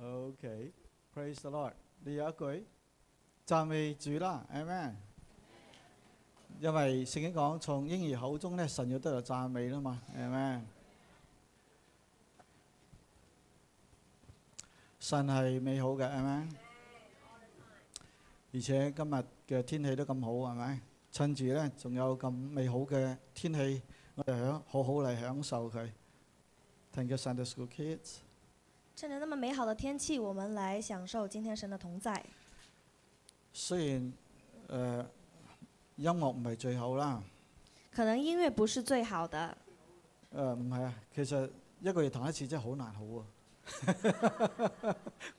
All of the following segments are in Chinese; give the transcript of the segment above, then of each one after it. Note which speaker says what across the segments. Speaker 1: OK, praise the Lord. Đi ở cưới. Chào mừng Chúa là, Amen. 因為聖經講從嬰兒口中咧，神要得到讚美啦嘛，Amen。神係美好嘅，Amen。而且今日嘅天氣都咁好，係咪？趁住咧仲有咁美好嘅天氣，我哋享好好嚟享受佢。Thank you, Sunday School Kids.
Speaker 2: 趁着那么美好的天气，我们来享受今天神的同在。
Speaker 1: 雖然誒、呃音樂唔係最好啦，
Speaker 2: 可能音乐不是最好的，
Speaker 1: 誒唔係啊，其實一個月彈一次真係好難好啊。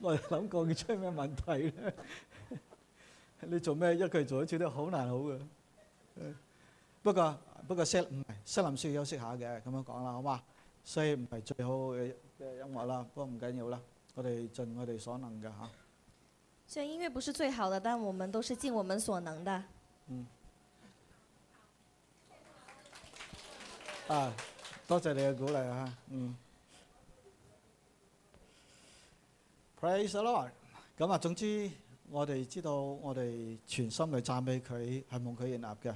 Speaker 1: 我哋諗過佢出咩問題咧？ 你做咩一個月做一次都好難好嘅。誒不過不過西唔係西林需要休息下嘅，咁樣講啦，好嘛？所以唔係最好嘅嘅音樂啦，不過唔緊要啦，我哋盡我哋所能嘅嚇。
Speaker 2: 虽然音乐不是最好的，但我们都是尽我们所能的。
Speaker 1: 啊，多謝你嘅鼓勵啊，嗯。Praise the Lord！咁啊，總之我哋知道，我哋全心嚟讚美佢，係蒙佢建立嘅。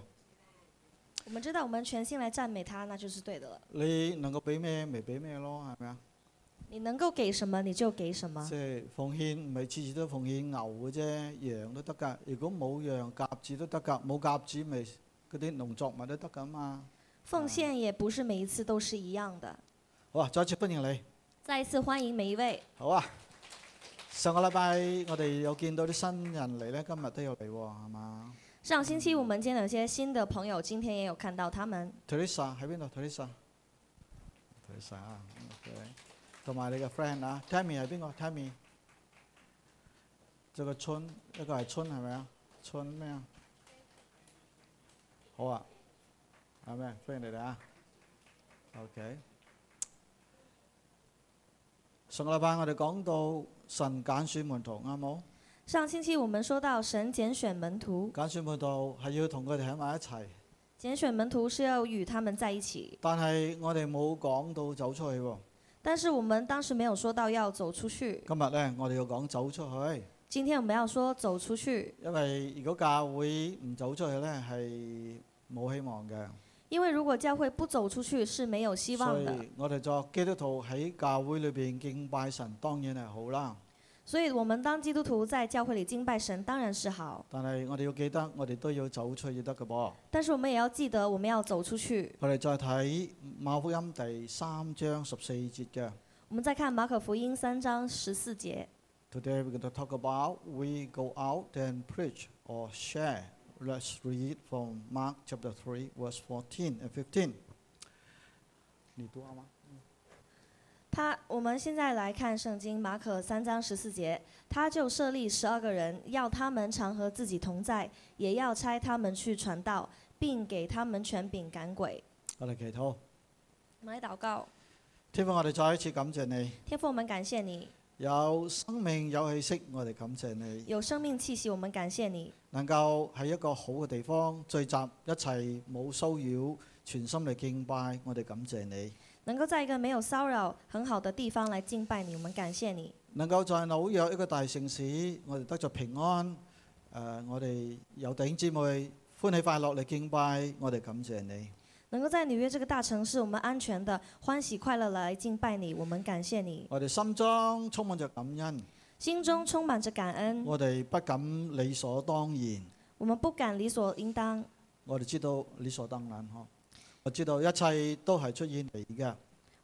Speaker 2: 我们知道，我们全心来赞美他，那就是对的了。
Speaker 1: 你能夠俾咩，咪俾咩咯，係咪啊？
Speaker 2: 你能够给什么，你就给什么
Speaker 1: 即。係奉獻，唔係次次都奉獻牛嘅啫，羊都得㗎。如果冇羊，鴿子都得㗎，冇鴿子咪嗰啲農作物都得㗎嘛。
Speaker 2: 奉献也不是每一次都是一样的。
Speaker 1: 好啊，再一次歡迎你。
Speaker 2: 再一次欢迎每一位。
Speaker 1: 好啊！上個禮拜我哋有見到啲新人嚟咧，今日都有嚟喎，係嘛
Speaker 2: 上星期我们见了一些新的朋友，今天也有看到他们。
Speaker 1: ？Teresa 喺邊度？Teresa，Teresa 啊，OK，同埋你嘅 friend 啊，Tammy 係邊個？Tammy，一個春，一個係春係咪啊？春咩啊？好啊，係咩？歡迎你哋啊！OK，上個禮拜我哋講到神揀選門徒，啱冇？
Speaker 2: 上星期我们说到，神拣选门徒，
Speaker 1: 揀選門徒係要同佢哋喺埋一齊，
Speaker 2: 拣选门徒是要与他们在一起。
Speaker 1: 但係我哋冇講到走出去喎。
Speaker 2: 但是我们当时没有说到要走出去。
Speaker 1: 今日呢，我哋要講走出去，
Speaker 2: 今天我们要说走出去，
Speaker 1: 因為如果教會唔走出去呢，係冇希望嘅。
Speaker 2: 因为如果教会不走出去是没有希
Speaker 1: 所
Speaker 2: 望的。
Speaker 1: 以我哋作基督徒喺教會裏邊敬拜神，當然係好啦。
Speaker 2: 所以，我们当基督徒在教会里敬拜神当然是好，
Speaker 1: 但係我哋要記得，我哋都要走出去先得嘅噃。
Speaker 2: 但是我们也要記得我们要走出去。
Speaker 1: 我哋再睇馬福音第三章十四節嘅。
Speaker 2: 我们再看马可福音三章十四节，
Speaker 1: Today we're going to talk about we go out and preach or share. Let's read from Mark chapter 3, verse 14 and 15. 你读好吗？
Speaker 2: 他我们现在来看圣经马可三章十四节，他就设立十二个人，要他们常和自己同在，也要差他们去传道，并给他们权柄赶鬼。
Speaker 1: 我哋祈禱，
Speaker 2: 我们来祷告，
Speaker 1: 天父，我哋再一次感謝你，
Speaker 2: 天父，我们感谢你，
Speaker 1: 有生命有氣息，我哋感謝你，
Speaker 2: 有生命氣息，我们感谢你，
Speaker 1: 能夠喺一個好嘅地方聚集一齊，冇騷擾，全心嚟敬拜，我哋感謝你，
Speaker 2: 能够在一个没有骚扰、很好的地方来敬拜你，我们感谢你。
Speaker 1: 能夠在紐約一個大城市，我哋得着平安。誒、我哋有弟兄姊妹歡喜快樂嚟敬拜，我哋感謝你。
Speaker 2: 能够在纽约这个大城市，我们安全的、欢喜快乐地来敬拜你，我们感谢你，
Speaker 1: 我哋心中充滿着感恩，
Speaker 2: 心中充满着感恩。
Speaker 1: 我哋不敢理所當然。
Speaker 2: 我们不敢理所应当，
Speaker 1: 我哋知道理所當然呵，我知道一切都係出現嚟嘅，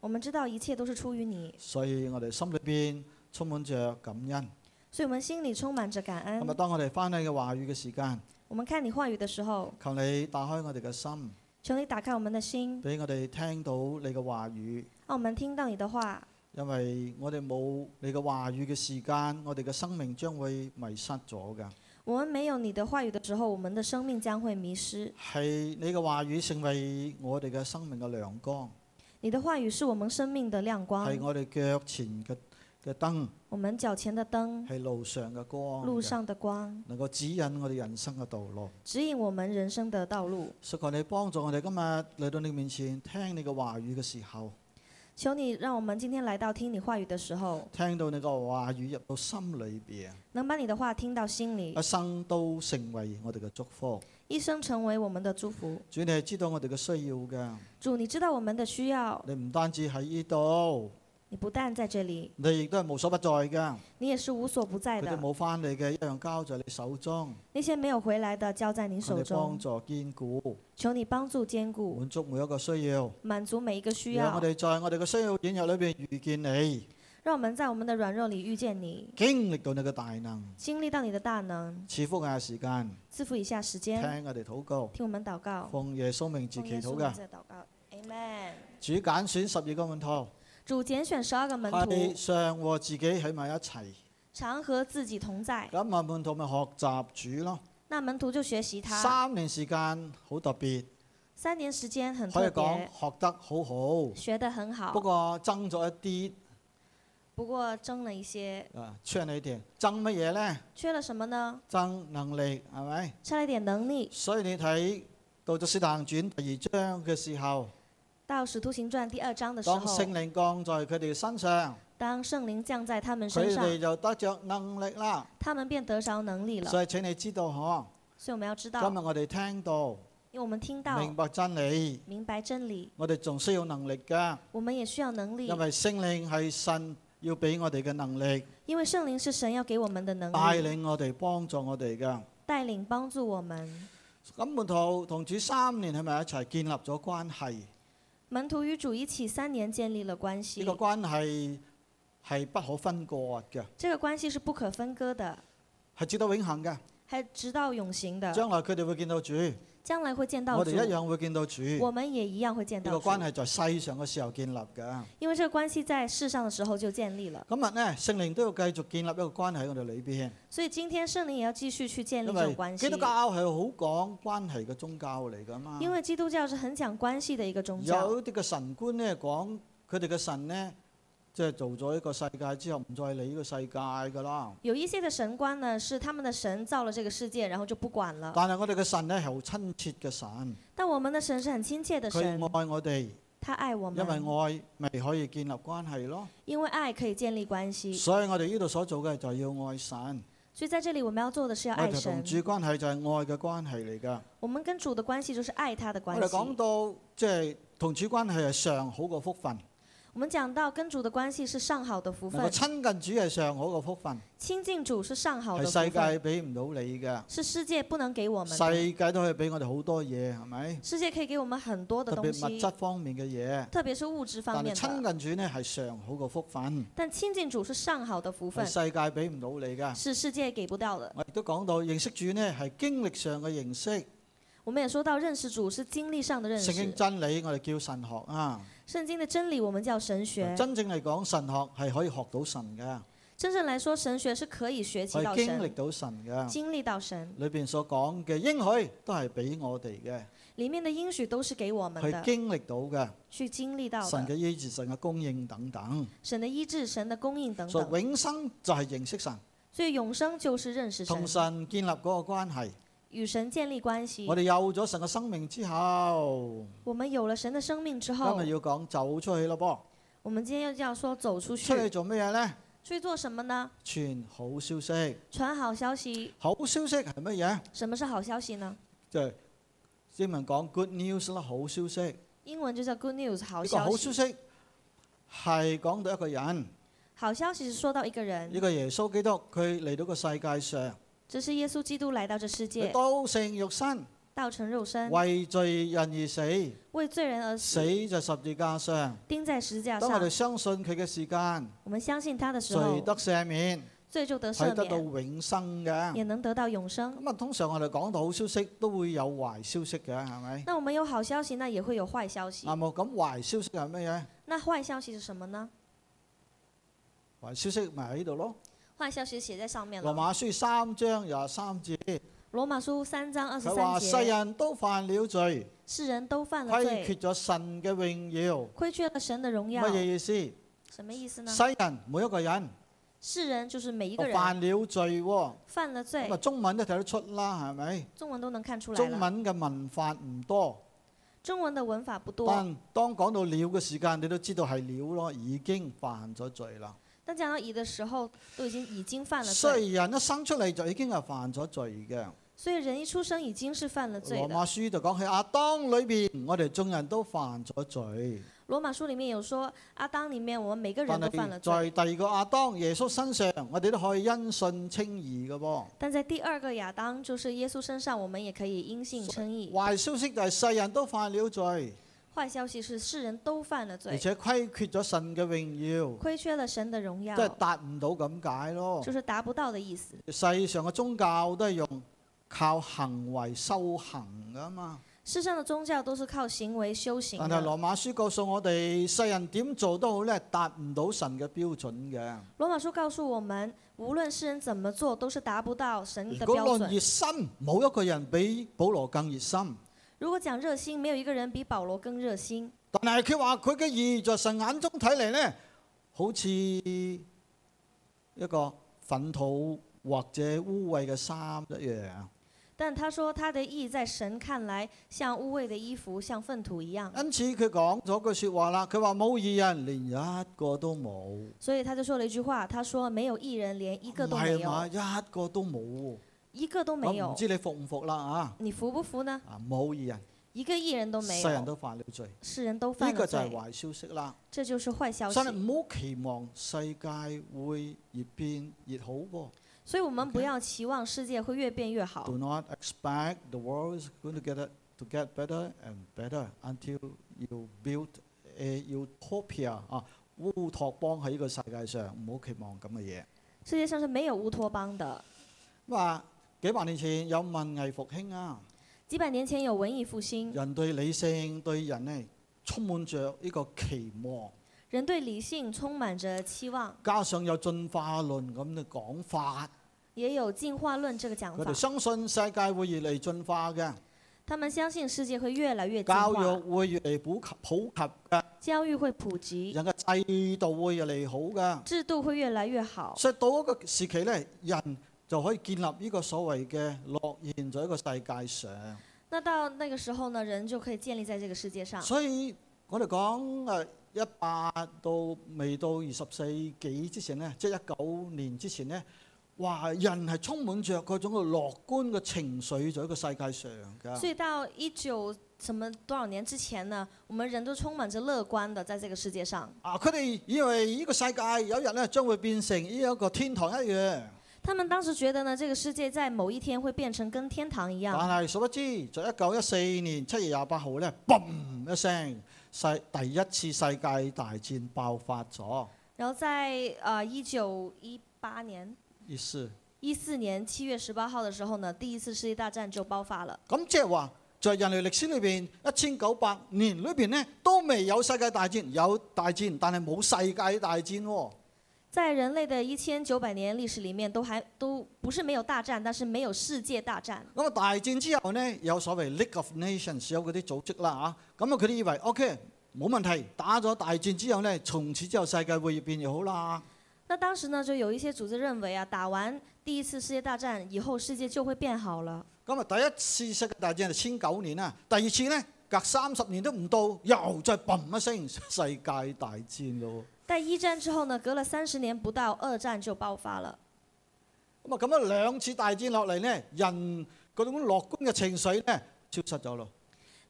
Speaker 2: 我们知道一切都是出于你，
Speaker 1: 所以我哋心裏邊充滿着感恩。
Speaker 2: 所以我们心里充满着感
Speaker 1: 咁啊，
Speaker 2: 恩。
Speaker 1: 當我哋翻去嘅話語嘅時間，
Speaker 2: 我们看你话语的时候，
Speaker 1: 求你打開我哋嘅心，
Speaker 2: 求你打开我们的心，
Speaker 1: 俾我哋聽到你嘅話語。
Speaker 2: 让我们听到你的话。
Speaker 1: 因為我哋冇你嘅話語嘅時間，我哋嘅生命將會迷失咗㗎。
Speaker 2: 我们没有你的话语的时候，我们的生命将会迷失。
Speaker 1: 係你嘅話語成為我哋嘅生命嘅亮光，
Speaker 2: 你的话语是我们生命的亮光，
Speaker 1: 哎係我哋腳前嘅嘅燈，
Speaker 2: 我们脚前的灯，
Speaker 1: 係路上嘅哎光，
Speaker 2: 路上的光，
Speaker 1: 能夠指引我哋人生嘅道路。
Speaker 2: 指引我们人生的道路。
Speaker 1: 所以求你幫助我哋今日嚟到你面前聽你嘅話語嘅時候，
Speaker 2: 求你让我们今天来到听你话语的时候，
Speaker 1: 聽到你個話語入到心裏邊，
Speaker 2: 能把你的话听到心里
Speaker 1: 一，生都成為我哋嘅祝福。
Speaker 2: 一生成为我们的祝福。
Speaker 1: 主你係知道我哋嘅需要嘅，
Speaker 2: 主，你知道我们的需要，
Speaker 1: 你唔單止喺呢度，
Speaker 2: 你不但在这里，
Speaker 1: 你亦都係無所不在嘅。
Speaker 2: 你也是无所不在
Speaker 1: 佢哋
Speaker 2: 的。
Speaker 1: 冇翻嚟嘅一樣交在你手中，
Speaker 2: 那些没有回来的，交在你
Speaker 1: 佢
Speaker 2: 手
Speaker 1: 哋幫
Speaker 2: 中。嗯
Speaker 1: 助堅固，
Speaker 2: 求你帮助坚固，
Speaker 1: 滿足每一個需要。
Speaker 2: 满足每一个需
Speaker 1: 讓
Speaker 2: 要
Speaker 1: 我。哋在我哋嘅需要軟弱裏邊遇見你，
Speaker 2: 让我们在我们的软弱里遇见你，
Speaker 1: 經歷到你嘅大能，
Speaker 2: 经历到你的大能。
Speaker 1: 賜福嘅時間，
Speaker 2: 赐福以下时间，
Speaker 1: 聽我哋禱告，
Speaker 2: 听我们祷告。
Speaker 1: 奉耶穌名字
Speaker 2: 奉
Speaker 1: 祈
Speaker 2: 耶稣
Speaker 1: 禱
Speaker 2: 名
Speaker 1: 嘅。
Speaker 2: 字祷告，Amen。
Speaker 1: 主揀選十二個門徒，
Speaker 2: 主拣选十二个门
Speaker 1: 係
Speaker 2: 徒，
Speaker 1: 常和自己喺埋一齊。
Speaker 2: 常和自己同在。
Speaker 1: 咁啊，門徒咪學習主咯。
Speaker 2: 那门徒就学习他。
Speaker 1: 三年時間好特別，
Speaker 2: 三年时间很
Speaker 1: 可以
Speaker 2: 特
Speaker 1: 講
Speaker 2: 别，
Speaker 1: 學得好好。
Speaker 2: 学得很好
Speaker 1: 不。過爭咗一
Speaker 2: 不過爭了一些，
Speaker 1: 啲啊，出你哋爭乜嘢呢？
Speaker 2: 缺了什么呢？
Speaker 1: 爭能力係咪？
Speaker 2: 差了一点能力。
Speaker 1: 所以你睇到咗《使徒行傳》第二章嘅時候，
Speaker 2: 到《使徒行傳》第二章的时
Speaker 1: 當
Speaker 2: 候
Speaker 1: 聖，靈降在佢哋身上，
Speaker 2: 当圣灵降在他们身
Speaker 1: 佢
Speaker 2: 上，
Speaker 1: 哋就得着能力啦。
Speaker 2: 他们便得着能力了。
Speaker 1: 所以請你知道嗬，
Speaker 2: 所以我们要知
Speaker 1: 今
Speaker 2: 道
Speaker 1: 日，我哋聽到
Speaker 2: 因为我们听到
Speaker 1: 明白真理，
Speaker 2: 明白真理，
Speaker 1: 我哋仲需要能力㗎，
Speaker 2: 我们也需要能力
Speaker 1: 因，為聖靈係神要俾我哋嘅能力，
Speaker 2: 因为圣灵是神要给我们的能
Speaker 1: 帶
Speaker 2: 力，
Speaker 1: 領我哋，幫助我哋㗎。
Speaker 2: 带领帮助我们。
Speaker 1: 咁門徒同主三年喺埋一齊建立咗關係，呢、
Speaker 2: 门徒与主一起三年建立了关系，
Speaker 1: 個關係係不可分割嘅，
Speaker 2: 这个关系是不可分割的，
Speaker 1: 係直到永恆嘅。
Speaker 2: 还直到永行的，
Speaker 1: 將來佢哋會見到主，
Speaker 2: 将来会见到
Speaker 1: 我
Speaker 2: 主，
Speaker 1: 哋一樣會見到主。
Speaker 2: 我
Speaker 1: 呢
Speaker 2: 们也一样会见
Speaker 1: 個
Speaker 2: 到主。
Speaker 1: 關係在世上嘅時候建立嘅。
Speaker 2: 因为这个关系在世上的时候就建立了，
Speaker 1: 今日呢，聖靈都要繼續建立一個關係喺我哋裏邊，
Speaker 2: 所以今天圣灵也要继续去建立
Speaker 1: 因
Speaker 2: 这种
Speaker 1: 為
Speaker 2: 关
Speaker 1: 基
Speaker 2: 系
Speaker 1: 督。教係啊好講關係嘅宗教嚟㗎嘛。
Speaker 2: 因为基督教是很讲关系的一个宗教，
Speaker 1: 有啲嘅神官呢講，佢哋嘅神呢，即係做咗一個世界之後，唔再理呢個世界㗎啦。
Speaker 2: 有一些的神官呢是他们的神造了这个世界，然后就不管了。
Speaker 1: 但係我哋嘅神呢，係好親切嘅神。
Speaker 2: 但我们的神是很亲切的
Speaker 1: 佢
Speaker 2: 神，
Speaker 1: 愛我哋，
Speaker 2: 他愛我
Speaker 1: 因為
Speaker 2: 们，
Speaker 1: 愛咪可以建立關係咯。
Speaker 2: 因为爱可以建立关系。
Speaker 1: 所以我哋呢度所做嘅就係要愛神，
Speaker 2: 所以在这里我们要做的是要
Speaker 1: 我
Speaker 2: 爱
Speaker 1: 哋同
Speaker 2: 神
Speaker 1: 主，關係就係愛嘅關係嚟㗎。
Speaker 2: 我们跟主的关系就是爱他的
Speaker 1: 我
Speaker 2: 关
Speaker 1: 哋
Speaker 2: 系
Speaker 1: 講。到即係同主關係係上好嘅福分，
Speaker 2: 我们讲到跟主的关系是上好的福
Speaker 1: 能夠
Speaker 2: 分，
Speaker 1: 親近主係上好嘅福分，
Speaker 2: 亲近主是上好的
Speaker 1: 係
Speaker 2: 福
Speaker 1: 世
Speaker 2: 分，
Speaker 1: 界俾唔到你嘅，
Speaker 2: 是世界不能给我们的，
Speaker 1: 世界都可以俾我哋好多嘢，係咪？
Speaker 2: 世界可以给我们很多的
Speaker 1: 特
Speaker 2: 东
Speaker 1: 別
Speaker 2: 西
Speaker 1: 物，質方面嘅嘢，
Speaker 2: 特别是物质方
Speaker 1: 但係
Speaker 2: 面的。
Speaker 1: 親近主呢係上好嘅福分，
Speaker 2: 但亲近主是上好的福
Speaker 1: 係
Speaker 2: 分，
Speaker 1: 世界俾唔到你㗎。
Speaker 2: 是世界给不到的。
Speaker 1: 我亦都講到認識主呢係經歷上嘅認識。
Speaker 2: 我们也说到，认识主是经历上的认
Speaker 1: 聖經
Speaker 2: 识，
Speaker 1: 真理我哋叫神學啊，
Speaker 2: 圣经的真理我们叫神学。
Speaker 1: 真正嚟講，神學係可以學到神嘅，
Speaker 2: 真正来说，神学是可以学习
Speaker 1: 係
Speaker 2: 到
Speaker 1: 經歷
Speaker 2: 神，
Speaker 1: 到神嘅。
Speaker 2: 经历到神
Speaker 1: 裏邊所講嘅應許都係俾我哋嘅，
Speaker 2: 里面的应许都是给我们
Speaker 1: 係
Speaker 2: 的，
Speaker 1: 經歷到嘅
Speaker 2: 去經歷到的
Speaker 1: 神嘅醫治、神嘅供應等等。
Speaker 2: 神的医治、神的供应等
Speaker 1: 所以
Speaker 2: 等。
Speaker 1: 永生就係認識神，
Speaker 2: 所以永生就是认识
Speaker 1: 同
Speaker 2: 神，
Speaker 1: 神建立嗰個關係。
Speaker 2: 与神建立关系
Speaker 1: 我。哋有咗神嘅生命之後，
Speaker 2: 我们有了神的生命之
Speaker 1: 今
Speaker 2: 后，
Speaker 1: 日要講走出去咯
Speaker 2: 我们今天又要说走出
Speaker 1: 噃，出去
Speaker 2: 去，
Speaker 1: 做咩嘢呢？
Speaker 2: 去做什么呢？
Speaker 1: 傳好消息。
Speaker 2: 传好消息。
Speaker 1: 好消息係乜嘢？
Speaker 2: 什么是好消息呢？
Speaker 1: 就係英文講 good news 啦，好消息。
Speaker 2: 英文就叫 good news，好
Speaker 1: 呢個好
Speaker 2: 消
Speaker 1: 消
Speaker 2: 息。
Speaker 1: 息係講到一個人，
Speaker 2: 好消息是说到一个
Speaker 1: 呢
Speaker 2: 人，
Speaker 1: 個耶穌基督佢嚟到個世界上，
Speaker 2: 这是耶稣基督来到这世
Speaker 1: 佢
Speaker 2: 界，
Speaker 1: 道成肉身，
Speaker 2: 道成肉身，
Speaker 1: 為罪人而死，
Speaker 2: 为罪人而死，
Speaker 1: 死在十字架上。
Speaker 2: 钉在十字架
Speaker 1: 當我哋
Speaker 2: 上。
Speaker 1: 相信佢嘅時間，
Speaker 2: 我们相信他的时候
Speaker 1: 罪，得赦免，
Speaker 2: 罪就得赦
Speaker 1: 係得到
Speaker 2: 免，
Speaker 1: 永生
Speaker 2: 也
Speaker 1: 嘅。
Speaker 2: 能得到永生。
Speaker 1: 咁啊，通常我哋講到好消息都會有壞消息嘅，係咪？
Speaker 2: 那我们有好消息，那也会有坏消息
Speaker 1: 啱。冇？咁壞消息係乜嘢？
Speaker 2: 那坏消息是什么呢？
Speaker 1: 壞消息咪喺呢度咯。
Speaker 2: 坏消息写在上面
Speaker 1: 羅
Speaker 2: 了。
Speaker 1: 馬書三章廿三節，
Speaker 2: 罗马书三章二十
Speaker 1: 佢話
Speaker 2: 三
Speaker 1: 世
Speaker 2: 节，
Speaker 1: 人都犯了罪。
Speaker 2: 世人都犯了
Speaker 1: 虧缺
Speaker 2: 罪，
Speaker 1: 咗神嘅榮耀，
Speaker 2: 亏缺了神的荣耀
Speaker 1: 乜。嘢意思？
Speaker 2: 什么意思呢？
Speaker 1: 世人每一個人
Speaker 2: 世人就是每一
Speaker 1: 都
Speaker 2: 个人
Speaker 1: 犯了罪喎，
Speaker 2: 犯了罪
Speaker 1: 咁啊啊，中文都睇得出啦，係咪？
Speaker 2: 中文都能看出来
Speaker 1: 中
Speaker 2: 了。
Speaker 1: 文嘅文法唔多，
Speaker 2: 中文的文法不多，
Speaker 1: 但當講到了嘅時間，你都知道係了咯，已經犯咗罪啦。
Speaker 2: 但讲到乙的时候，都已经已经犯了罪，
Speaker 1: 雖然一生出嚟就已經係犯咗罪嘅。
Speaker 2: 所以人一出生已经是犯了罪
Speaker 1: 羅
Speaker 2: 的。
Speaker 1: 馬書就講喺亞當裏邊，我哋眾人都犯咗罪。
Speaker 2: 罗马书里面有说，阿当里面我们每个人
Speaker 1: 但
Speaker 2: 都
Speaker 1: 係
Speaker 2: 犯了罪，
Speaker 1: 在第二個亞當耶穌身上，我哋都可以因信稱義嘅噃。
Speaker 2: 但在第二个亚当，就是耶稣身上，我们也可以因信称义。
Speaker 1: 壞消息就係世人都犯了罪，
Speaker 2: 坏消息是世人都犯了
Speaker 1: 而
Speaker 2: 罪，
Speaker 1: 且虧缺咗神嘅榮
Speaker 2: 亏缺了神的荣耀
Speaker 1: 耀，即，係達唔到咁解咯。
Speaker 2: 就是达不到的意思。
Speaker 1: 世上嘅宗教都係用靠行為修行噶嘛，
Speaker 2: 世上的宗教都是啊靠行为修行
Speaker 1: 但係
Speaker 2: 的。
Speaker 1: 羅馬書告訴我哋，世人點做都好咧，達唔到神嘅標準嘅。
Speaker 2: 罗马书告诉我们，无论世人怎么做，都是达不到神嗯
Speaker 1: 如
Speaker 2: 的
Speaker 1: 果
Speaker 2: 标
Speaker 1: 論
Speaker 2: 准。
Speaker 1: 熱心，冇一個人比保羅更熱心。
Speaker 2: 如果讲热心，没有一个人比保罗更热心。
Speaker 1: 但係佢話佢嘅義在神眼中睇嚟呢，好似一個粪土或者污穢嘅衫一樣。
Speaker 2: 但他说他的义在神看来像污秽的衣服，像粪土一样。
Speaker 1: 因此佢講咗句说話啦，佢話冇義人，連一個都冇，唔
Speaker 2: 所以他就说了一句话，他说没有一人，连一个都没
Speaker 1: 係嘛，
Speaker 2: 有，
Speaker 1: 一個都冇喎。
Speaker 2: 一个都没
Speaker 1: 我唔
Speaker 2: 有。
Speaker 1: 知你服唔服啦啊！
Speaker 2: 你服不服呢？
Speaker 1: 啊，冇義人，
Speaker 2: 一个艺人都没
Speaker 1: 世人
Speaker 2: 有，
Speaker 1: 都犯了罪，
Speaker 2: 世人都
Speaker 1: 呢
Speaker 2: 犯
Speaker 1: 個
Speaker 2: 了
Speaker 1: 就係
Speaker 2: 罪，
Speaker 1: 壞消息啦。
Speaker 2: 这就是坏消息
Speaker 1: 真。係唔好期望世界會越變越好喎。
Speaker 2: 所以我们
Speaker 1: OK
Speaker 2: 不要期望世界会越变越好
Speaker 1: Do，not expect the world is going to get it, to get better and better until you build a utopia 啊，烏托邦喺呢個世界上，唔好期望咁嘅嘢。
Speaker 2: 世界上是没有乌托邦的。
Speaker 1: 咁啊，幾百年前有文藝復興啊，
Speaker 2: 几百年前有文艺复兴，
Speaker 1: 人對理性對人呢充滿着呢個期望，
Speaker 2: 人对理性充满着期望，
Speaker 1: 加上有進化論咁嘅講法，
Speaker 2: 也有进化论这个讲
Speaker 1: 佢
Speaker 2: 法
Speaker 1: 哋。相信世界會越嚟越進化嘅，
Speaker 2: 他们相信世界会越来越进
Speaker 1: 教育
Speaker 2: 化，
Speaker 1: 會越嚟普及普及嘅，
Speaker 2: 教育会普及，
Speaker 1: 人嘅制度會越嚟越好嘅。
Speaker 2: 制度会越来越好。
Speaker 1: 所以到一個時期咧，人就可以建立呢個所謂嘅樂現在一個世界上。
Speaker 2: 那到那个时候呢，人就可以建立在这个世界上。
Speaker 1: 所以我哋講誒一八到未到二十世紀之前咧，即係一九年之前咧，哇！人係充滿着嗰種嘅樂觀嘅情緒在一個世界上㗎。
Speaker 2: 所以到一九什么多少年之前呢，我们人都充满着乐观的，在这个世界上，
Speaker 1: 啊！佢哋以為呢個世界有一日咧將會變成呢一個天堂一樣，
Speaker 2: 他们当时觉得呢，这个世界在某一天会变成跟天堂一
Speaker 1: 但
Speaker 2: 样。
Speaker 1: 係殊不知，在一九一四年七月廿八號咧，嘣一聲，世第一次世界大戰爆發咗。
Speaker 2: 然后在呃一九一八年、
Speaker 1: 意思
Speaker 2: 一四年七月十八号的时候呢，第一次世界大戰就爆發了。
Speaker 1: 咁即係話，在人類歷史裏邊，一千九百年裏邊呢，都未有世界大戰，有大戰，但係冇世界大戰喎、
Speaker 2: 在人类的一千九百年歷史里面，都还都不是没有大戰，但是没有世界大戰。
Speaker 1: 咁啊，大戰之後呢，有所謂 League of Nations 有嗰啲組織啦嚇，咁啊佢哋以為 OK 冇問題，打咗大戰之後呢，從此之後世界會越變越好啦。
Speaker 2: 那当时呢，就有一些組織認為啊，打完第一次世界大戰以後，世界就会变好了。
Speaker 1: 咁啊，第一次世界大戰係千九年啦，第二次呢，隔三十年都唔到，又再嘣一聲世界大戰咯喎。
Speaker 2: 但一戰之后呢，隔了三十年不到，二戰就爆發了。
Speaker 1: 咁啊，咁樣兩次大戰落嚟呢，人嗰種樂觀嘅情緒呢，消失咗咯。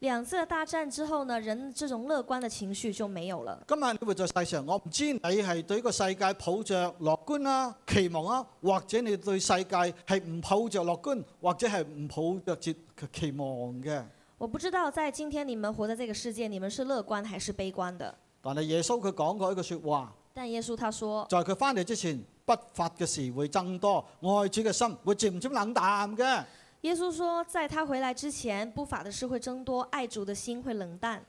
Speaker 2: 兩次的大戰之後呢，人这種樂觀的情緒就沒有了。
Speaker 1: 今日啊你活在世上，我唔知你係對個世界抱着樂觀啦、期望啊，或者你對世界係唔抱着樂觀，或者係唔抱着期期望嘅。
Speaker 2: 我不知道在今天你们活在这个世界，你们是樂觀還是悲觀的。
Speaker 1: 但係耶穌佢講過一句説話，
Speaker 2: 但耶穌他说，
Speaker 1: 在佢翻嚟之前，不法嘅事會增多，愛主嘅心會漸漸冷淡嘅。
Speaker 2: 耶穌说，在他回来之前，不法的事会增多，爱主的心会冷淡。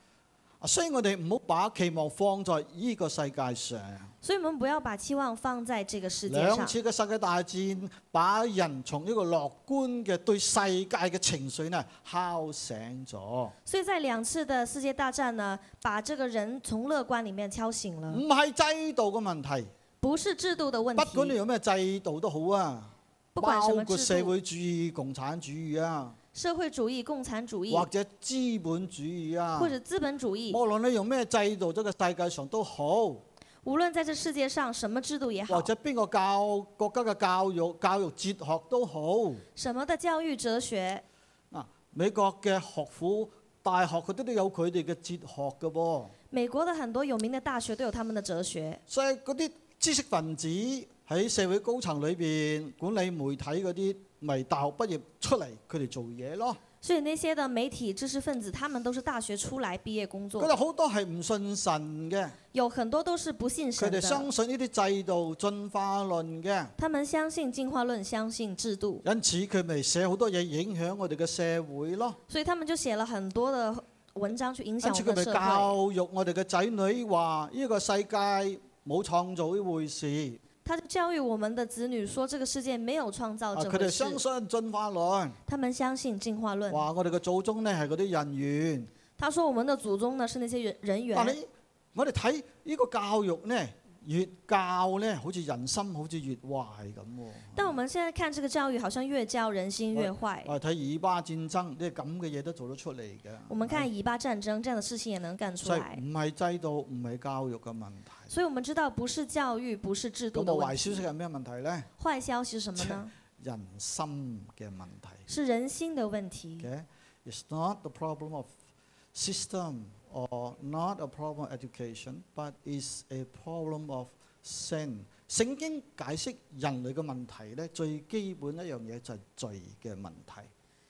Speaker 1: 所以我哋唔好把期望放在呢個世界上。
Speaker 2: 所以我们不要把期望放在这个世界
Speaker 1: 兩
Speaker 2: 上。
Speaker 1: 次嘅世界大戰把人從呢個樂觀嘅對世界嘅情緒呢敲醒咗，
Speaker 2: 所以在兩次的世界大戰呢，把这个人从樂觀里面敲醒了
Speaker 1: 唔，係制度嘅問題，
Speaker 2: 不是制度嗯的問
Speaker 1: 嗯不管你
Speaker 2: 題，
Speaker 1: 用咩制度都好啊，
Speaker 2: 不管
Speaker 1: 包
Speaker 2: 什么
Speaker 1: 括
Speaker 2: 制
Speaker 1: 社
Speaker 2: 度，
Speaker 1: 會主義、共產主義啊，
Speaker 2: 社会主义、共产主义
Speaker 1: 或者資本主義啊
Speaker 2: 或。者资本主义，
Speaker 1: 無論你用咩制度，喺個世界上都好，
Speaker 2: 无论在这世界上什么制度也
Speaker 1: 或
Speaker 2: 好，
Speaker 1: 者邊個教國家嘅教育、教育哲學都好。
Speaker 2: 什么的教育哲学，啊
Speaker 1: 嗱，美國嘅學府、大學佢都都有佢哋嘅哲學嘅噃，
Speaker 2: 美国的很多有名的大学都有他们的哲学。
Speaker 1: 所以嗰啲知識分子喺社會高層裏邊管理媒體嗰啲，咪大學畢業出嚟佢哋做嘢咯。
Speaker 2: 所以那些的媒体知识分子，他们都是大学出来毕业工
Speaker 1: 佢
Speaker 2: 作
Speaker 1: 哋，好多係唔信神嘅，
Speaker 2: 有很多都是不信
Speaker 1: 佢
Speaker 2: 神
Speaker 1: 哋
Speaker 2: 的，
Speaker 1: 相信呢啲制度進化論嘅，
Speaker 2: 他们相信进化论，相信制度，
Speaker 1: 因此佢咪寫好多嘢影響我哋嘅社會咯。
Speaker 2: 所以他们就写了很多的文章去影
Speaker 1: 跟
Speaker 2: 响
Speaker 1: 住佢
Speaker 2: 我们
Speaker 1: 咪
Speaker 2: 的社会。
Speaker 1: 教育我哋嘅仔女話：呢、個世界冇創造呢回事。
Speaker 2: 他就教育我们的子女说，这个世界沒有創造
Speaker 1: 啊
Speaker 2: 这
Speaker 1: 佢
Speaker 2: 回
Speaker 1: 哋
Speaker 2: 事
Speaker 1: 相。信進化論，
Speaker 2: 他们相信进化论。
Speaker 1: 話我哋嘅祖宗呢係嗰啲人猿。
Speaker 2: 他说我们的祖宗呢是那些人人
Speaker 1: 但
Speaker 2: 猿，
Speaker 1: 係我哋睇呢個教育呢，越教呢好似人心好似越壞咁喎。
Speaker 2: 但我们现在看这个教育好像越教人心越坏。
Speaker 1: 我哋睇以巴戰爭，呢咁嘅嘢都做得出嚟嘅。
Speaker 2: 我们看以巴战争这样的事情也能干出
Speaker 1: 所以
Speaker 2: 来，
Speaker 1: 唔係制度，唔係教育嘅問題。
Speaker 2: 所以我们知道不是教育，不是制度
Speaker 1: 咁
Speaker 2: 的
Speaker 1: 啊，
Speaker 2: 问
Speaker 1: 壞
Speaker 2: 题
Speaker 1: 消息。係咩問題呢？
Speaker 2: 坏消息是什 么呢？
Speaker 1: 人心嘅問題。
Speaker 2: 是人心的问题，
Speaker 1: Okay? It's not the problem of system or not a problem of education, but it's a problem of sin. 聖經解釋人類嘅問題咧，最基本一樣嘢就係罪嘅問題。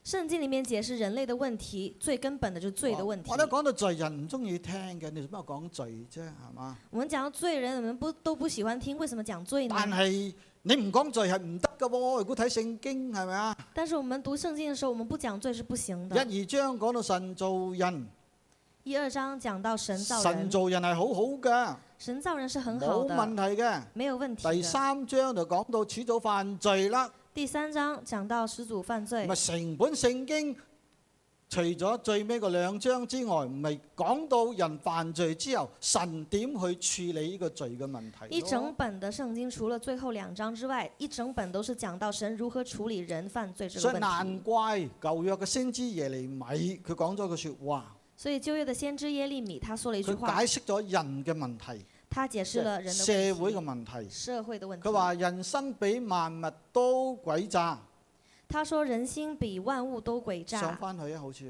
Speaker 2: 圣经里面解释人类的问题，最根本的就是罪的问题
Speaker 1: 我。我都講到罪，人唔中意聽嘅，你做咩講罪啫？係嘛？
Speaker 2: 我们讲到罪人，我们不都不喜欢听，为什么讲罪呢？
Speaker 1: 但係你唔講罪係唔得嘅喎。如果睇聖經係咪啊？
Speaker 2: 但是我们读圣经的时候，我们不讲罪是不行的。
Speaker 1: 一二章講到神造人，
Speaker 2: 一二章讲到神造
Speaker 1: 神
Speaker 2: 人，
Speaker 1: 造人係好好嘅，
Speaker 2: 神造人是很好
Speaker 1: 冇問
Speaker 2: 的，
Speaker 1: 題嘅。
Speaker 2: 没有问题
Speaker 1: 第
Speaker 2: 的。
Speaker 1: 三章就講到始祖犯罪啦，
Speaker 2: 第三章讲到始祖犯罪
Speaker 1: 咪，成本聖經除咗最尾嗰兩章之外，咪講到人犯罪之後，神點去處理呢個罪嘅問題
Speaker 2: 一整
Speaker 1: 咯？
Speaker 2: 本的圣经除了最后两章之外，一整本都是讲到神如何处理人犯罪这个
Speaker 1: 所以
Speaker 2: 问
Speaker 1: 難
Speaker 2: 题。
Speaker 1: 怪舊約嘅先知耶利米佢講咗句説話，
Speaker 2: 所以旧约的先知耶利米他说了一句
Speaker 1: 佢
Speaker 2: 话
Speaker 1: 解，釋咗人嘅問題，
Speaker 2: 他解释了人的
Speaker 1: 社會嘅
Speaker 2: 问
Speaker 1: 問題
Speaker 2: 题、。社会的问题
Speaker 1: 佢。話人生比萬物都詭詐，
Speaker 2: 他说人心比万物都诡
Speaker 1: 上
Speaker 2: 诈，
Speaker 1: 翻去啊，好似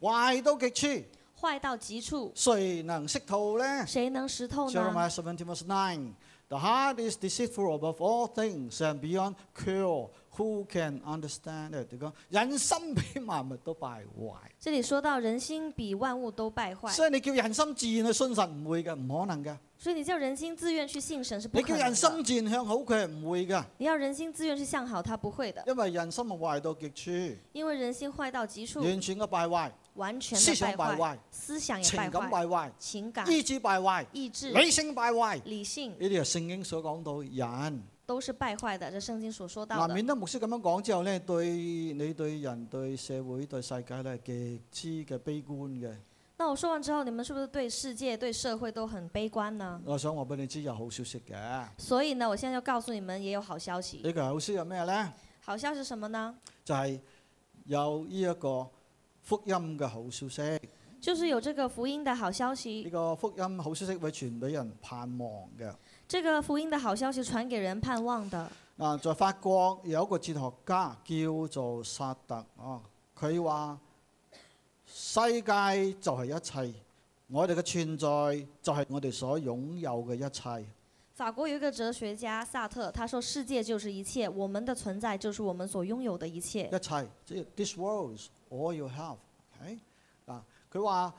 Speaker 1: 壞到極處，
Speaker 2: 坏到极处，
Speaker 1: 誰能識透呢？
Speaker 2: 谁能识透呢？
Speaker 1: Jeremiah 17 verse 9. The heart is deceitful above all things and beyond cure. Who can understand it？佢講人心比萬物都敗壞，
Speaker 2: 这里说到人心比万物都败坏，
Speaker 1: 所以你叫人心自然去信神唔會嘅，唔可能嘅。
Speaker 2: 所以你叫人心自愿去信神是不
Speaker 1: 你
Speaker 2: 可
Speaker 1: 叫
Speaker 2: 能
Speaker 1: 人
Speaker 2: 的。
Speaker 1: 心自然向好，佢係唔會嘅，
Speaker 2: 你要人心自愿去向好，他不会的，
Speaker 1: 因為人心係壞到極處，
Speaker 2: 因为人心坏到极处，
Speaker 1: 完全嘅敗壞，
Speaker 2: 完全
Speaker 1: 思
Speaker 2: 的
Speaker 1: 想敗
Speaker 2: 败坏，
Speaker 1: 壞，
Speaker 2: 思想也
Speaker 1: 情
Speaker 2: 败
Speaker 1: 感
Speaker 2: 坏，
Speaker 1: 敗壞，
Speaker 2: 情感、
Speaker 1: 意志敗壞，
Speaker 2: 意志、
Speaker 1: 理性敗壞。
Speaker 2: 理性
Speaker 1: 呢啲係聖經所講到人。
Speaker 2: 都是败坏的。这圣經所说到
Speaker 1: 嗱，
Speaker 2: 的，
Speaker 1: 免得牧師咁樣講之後咧，對你對人、對社會、對世界咧，極之嘅悲觀嘅。
Speaker 2: 那我说完之后，你们是不是对世界、對社會都很悲觀呢？
Speaker 1: 我想話俾你知有好消息嘅。
Speaker 2: 所以呢，我現在就告訴你們，也有好消息。
Speaker 1: 呢個好消息係咩咧？
Speaker 2: 好消息是什麼呢？
Speaker 1: 就係、有呢一個福音嘅好消息。呢、
Speaker 2: 就是有這個福音的好消息，
Speaker 1: 個福音好消息會傳俾人盼望嘅。
Speaker 2: 這個福音的好消息傳給人盼望的。
Speaker 1: 嗱，在法國有一個哲學家叫做薩特哦，佢話世界就係一切，我哋嘅存在就係我哋所擁有嘅一切。
Speaker 2: 法國有一個哲學家薩特，他說：“世界就是一切，我們的存在就是我們所擁有的一切。
Speaker 1: 一切，即係 this world is all you have。OK 嗱，佢話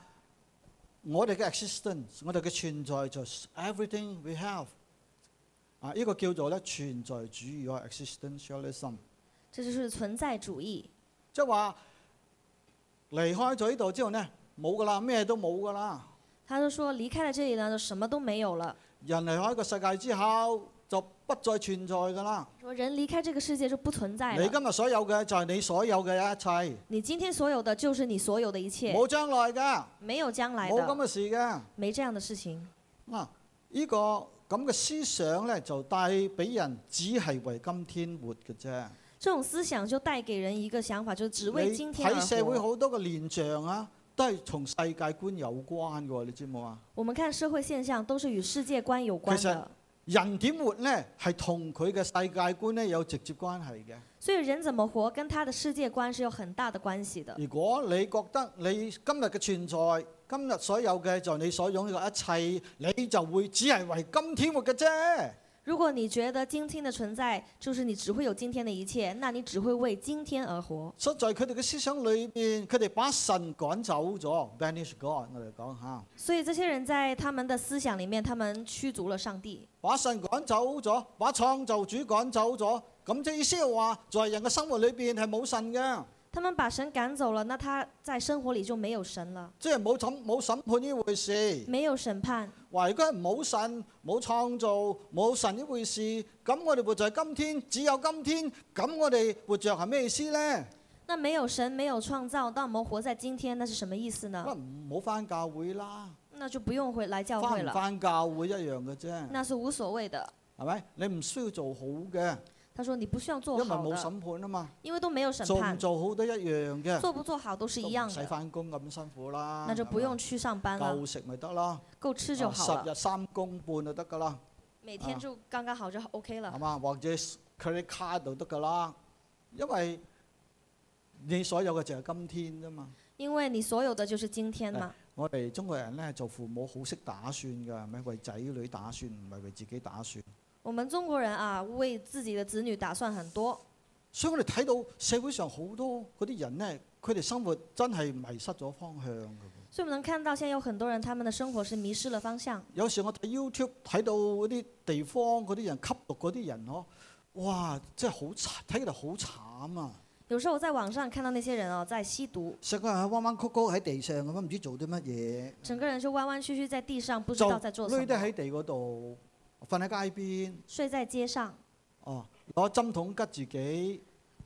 Speaker 1: 我哋嘅 existence，我哋嘅存在就係 everything we have。啊，呢個叫做咧存在主義或 existentialism，”
Speaker 2: 這就是存在主義。
Speaker 1: 即係話離開咗呢度之後呢，冇噶啦，咩都冇噶啦。
Speaker 2: 他就說：“離開了這裡呢，就什麼都沒有了。
Speaker 1: 人離開個世界之後，就不再存在噶啦。
Speaker 2: 說人離開這個世界就不存在
Speaker 1: 你
Speaker 2: 了。
Speaker 1: 今日所有嘅就係你所有嘅一
Speaker 2: 你今天所有的就是你所有的一
Speaker 1: 切，
Speaker 2: 切，
Speaker 1: 冇將來㗎，
Speaker 2: 没有將來
Speaker 1: 冇咁
Speaker 2: 的，
Speaker 1: 嘅事㗎。
Speaker 2: 沒這樣的事情。
Speaker 1: 嗱，啊呢個咁嘅思想咧，就帶俾人只係為今天活嘅啫。
Speaker 2: 这种思想就带给人一个想法，就是只为
Speaker 1: 你
Speaker 2: 今天而
Speaker 1: 睇社會
Speaker 2: 活。
Speaker 1: 好多嘅現象啊，都係同世界觀有關嘅喎，你知冇啊？
Speaker 2: 我们看社会现象都是与世界观有关
Speaker 1: 其實
Speaker 2: 的，
Speaker 1: 人點活呢？係同佢嘅世界觀呢有直接關係嘅。
Speaker 2: 所以人怎么活跟他的世界观是有很大的关系的。
Speaker 1: 如果你覺得你今日嘅存在，今日所有嘅就係你所擁有嘅一切，你就會只係為今天活嘅啫。
Speaker 2: 如果你觉得今天的存在就是你只会有今天的一切，那你只会为今天而活。
Speaker 1: 實在佢哋嘅思想裏面，佢哋把神趕走咗，banish God，我哋講嚇，
Speaker 2: 所以这些人在他们的思想里面，他们驱逐了上帝，
Speaker 1: 把神趕走咗，把創造主趕走咗。咁即係意思係話，在人嘅生活裏邊係冇神嘅，
Speaker 2: 他们把神赶走了，那他在生活里就没有神了，
Speaker 1: 即係冇審冇審判呢回事。
Speaker 2: 没有审判。
Speaker 1: 話如果係冇神、冇創造、冇神呢回事，咁我哋活在今天，只有今天，咁我哋活着係咩意思呢？
Speaker 2: 那没有神，没有创造，那我们活在今天，那是什么意思
Speaker 1: 乜
Speaker 2: 呢？
Speaker 1: 啊唔好翻教會啦，
Speaker 2: 那就不用回来教会
Speaker 1: 翻唔
Speaker 2: 了，
Speaker 1: 翻教會一樣嘅啫，
Speaker 2: 那是无所谓的。
Speaker 1: 係咪？你唔需要做好嘅，
Speaker 2: 他说你不需要
Speaker 1: 因
Speaker 2: 做
Speaker 1: 為
Speaker 2: 好
Speaker 1: 冇
Speaker 2: 的，
Speaker 1: 審判啊嘛，
Speaker 2: 因为都没有审
Speaker 1: 做唔
Speaker 2: 判，
Speaker 1: 做好都一樣嘅，
Speaker 2: 做不做好都是一
Speaker 1: 都唔
Speaker 2: 样
Speaker 1: 使
Speaker 2: 的，
Speaker 1: 翻工咁辛苦啦，
Speaker 2: 那就不
Speaker 1: 係
Speaker 2: 用
Speaker 1: 嘛
Speaker 2: 去上班了，
Speaker 1: 夠食咪得咯，
Speaker 2: 够吃就
Speaker 1: 啊
Speaker 2: 啊好
Speaker 1: 十
Speaker 2: 了，
Speaker 1: 日三公半就得㗎啦，
Speaker 2: 每天就刚刚好就 OK
Speaker 1: 係
Speaker 2: 了。
Speaker 1: 嘛？或者 credit card 就得㗎啦，因為你所有嘅就係今天啫嘛。
Speaker 2: 因为你所有的就是今天嘛。
Speaker 1: 我哋中國人咧做父母好識打算㗎，係咪為仔女打算，唔係為自己打算。
Speaker 2: 我们中国人啊，为自己的子女打算很多，
Speaker 1: 所以我哋睇到社會上好多嗰啲人咧，佢哋生活真係迷失咗方向㗎喎。
Speaker 2: 所以我们能看到现在有很多人他们的生活是迷失了方向。
Speaker 1: 有時我睇 YouTube 睇到嗰啲地方嗰啲人吸毒嗰啲人嗬，哇！真係好慘，睇佢哋好慘啊！
Speaker 2: 有时候我在網上看到那些人哦，在吸毒，
Speaker 1: 成個人彎彎曲曲喺地上咁樣，唔知做啲乜嘢，
Speaker 2: 整个人就弯弯曲曲在地上，不知
Speaker 1: 就
Speaker 2: 道在做什
Speaker 1: 匿得
Speaker 2: 么，
Speaker 1: 喺地嗰度，瞓喺街邊，
Speaker 2: 睡在街上，
Speaker 1: 哦，攞針筒拮自己，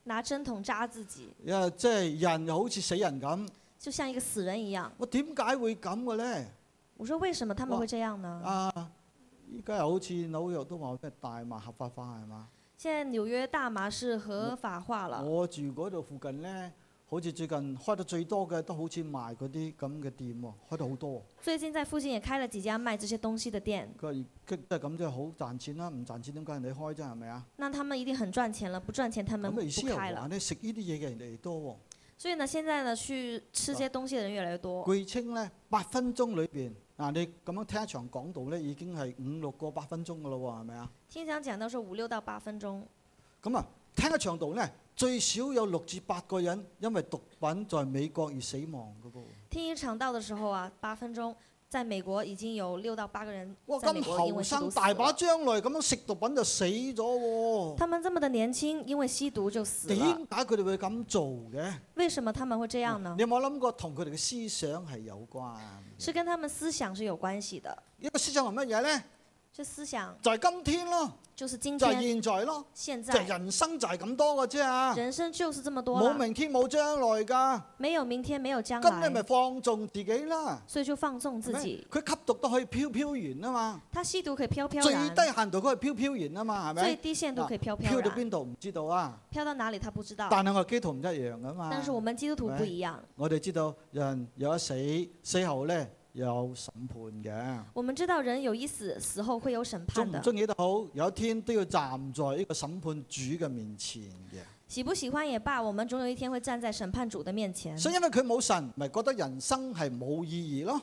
Speaker 2: 拿針筒扎自己，
Speaker 1: 又即係人又好似死人咁。
Speaker 2: 就像一个死人一样。
Speaker 1: 我點解會咁嘅咧？
Speaker 2: 我说为什么他们
Speaker 1: 哇
Speaker 2: 会这样呢？
Speaker 1: 啊，依家又好似紐約都話咩大麻合法化係嘛？
Speaker 2: 现在纽约大麻是合法化了，
Speaker 1: 我住嗰度附近咧，好似最近開得最多嘅都好似賣嗰啲咁嘅店喎，開得好多。
Speaker 2: 最近在附近也開了几家賣這些東西的店，
Speaker 1: 佢話佢即係咁即係好賺錢啦，唔賺錢點解人哋開啫係咪啊？
Speaker 2: 那他们一定很賺錢了，不賺錢他
Speaker 1: 咁
Speaker 2: 们不
Speaker 1: 嘅意思又
Speaker 2: 開
Speaker 1: 話
Speaker 2: 了。
Speaker 1: 咧，食呢啲嘢嘅人哋多
Speaker 2: 所以呢，现在呢，去吃这些東西的人越来越多。
Speaker 1: 喎。據稱咧，八分鐘裏邊嗱，你咁樣聽一場講道咧，已經係五六個八分鐘嘅咯喎，係咪啊？
Speaker 2: 聽讲講到是五六到八分鐘，
Speaker 1: 咁啊，聽一場道咧，最少有六至八個人因為毒品在美國而死亡嘅噃。
Speaker 2: 聽一場道的時候啊，八分鐘，在美國已經有六到八个人
Speaker 1: 哇！
Speaker 2: 在美
Speaker 1: 咁
Speaker 2: 國因
Speaker 1: 後
Speaker 2: 為吸毒
Speaker 1: 生
Speaker 2: 死
Speaker 1: 大把
Speaker 2: 了。
Speaker 1: 將來咁樣食毒品就死咗喎、
Speaker 2: 他们这么的年轻，因為吸毒就死
Speaker 1: 點
Speaker 2: 了。
Speaker 1: 解佢哋會咁做嘅？
Speaker 2: 為什么他们会這樣啊呢
Speaker 1: 你？有冇諗過同佢哋嘅思想係有關？
Speaker 2: 是跟他们思想是有關係的。
Speaker 1: 呢個思想係乜嘢呢？
Speaker 2: 这思想
Speaker 1: 就係、今天咯，
Speaker 2: 就是今
Speaker 1: 就係、
Speaker 2: 天
Speaker 1: 現在咯，
Speaker 2: 现
Speaker 1: 就係、
Speaker 2: 在，
Speaker 1: 人生就係咁多嘅啫啊！
Speaker 2: 人生就是這么多
Speaker 1: 冇
Speaker 2: 了，
Speaker 1: 明天冇將來㗎，
Speaker 2: 沒有明天，沒有將
Speaker 1: 咁你咪
Speaker 2: 來，
Speaker 1: 放縱自己啦。
Speaker 2: 所以就放縱
Speaker 1: 係
Speaker 2: 自
Speaker 1: 咪
Speaker 2: 己。
Speaker 1: 佢吸毒都可以飄飄然啊嘛，
Speaker 2: 他吸毒可以飄飄
Speaker 1: 最
Speaker 2: 然，
Speaker 1: 低限度佢係飄飄然啊嘛，係
Speaker 2: 最
Speaker 1: 咪？
Speaker 2: 低限度可以飄飄
Speaker 1: 飄到
Speaker 2: 然，
Speaker 1: 邊度唔知道啊，
Speaker 2: 飄到哪裡他不知道。
Speaker 1: 但係我基督徒唔一樣㗎嘛。
Speaker 2: 但是我們基督徒不一樣，
Speaker 1: 我哋知道人有得死，死後咧有審判嘅。
Speaker 2: 我們知道人有一死，死後會有
Speaker 1: 中
Speaker 2: 審判
Speaker 1: 唔
Speaker 2: 的。
Speaker 1: 中意都好，有一天都要站在呢個審判主嘅面前嘅。
Speaker 2: 喜不喜歡也罷，我們总有一天會站在審判主的面前。
Speaker 1: 所以因為佢冇神，咪覺得人生係冇意義咯。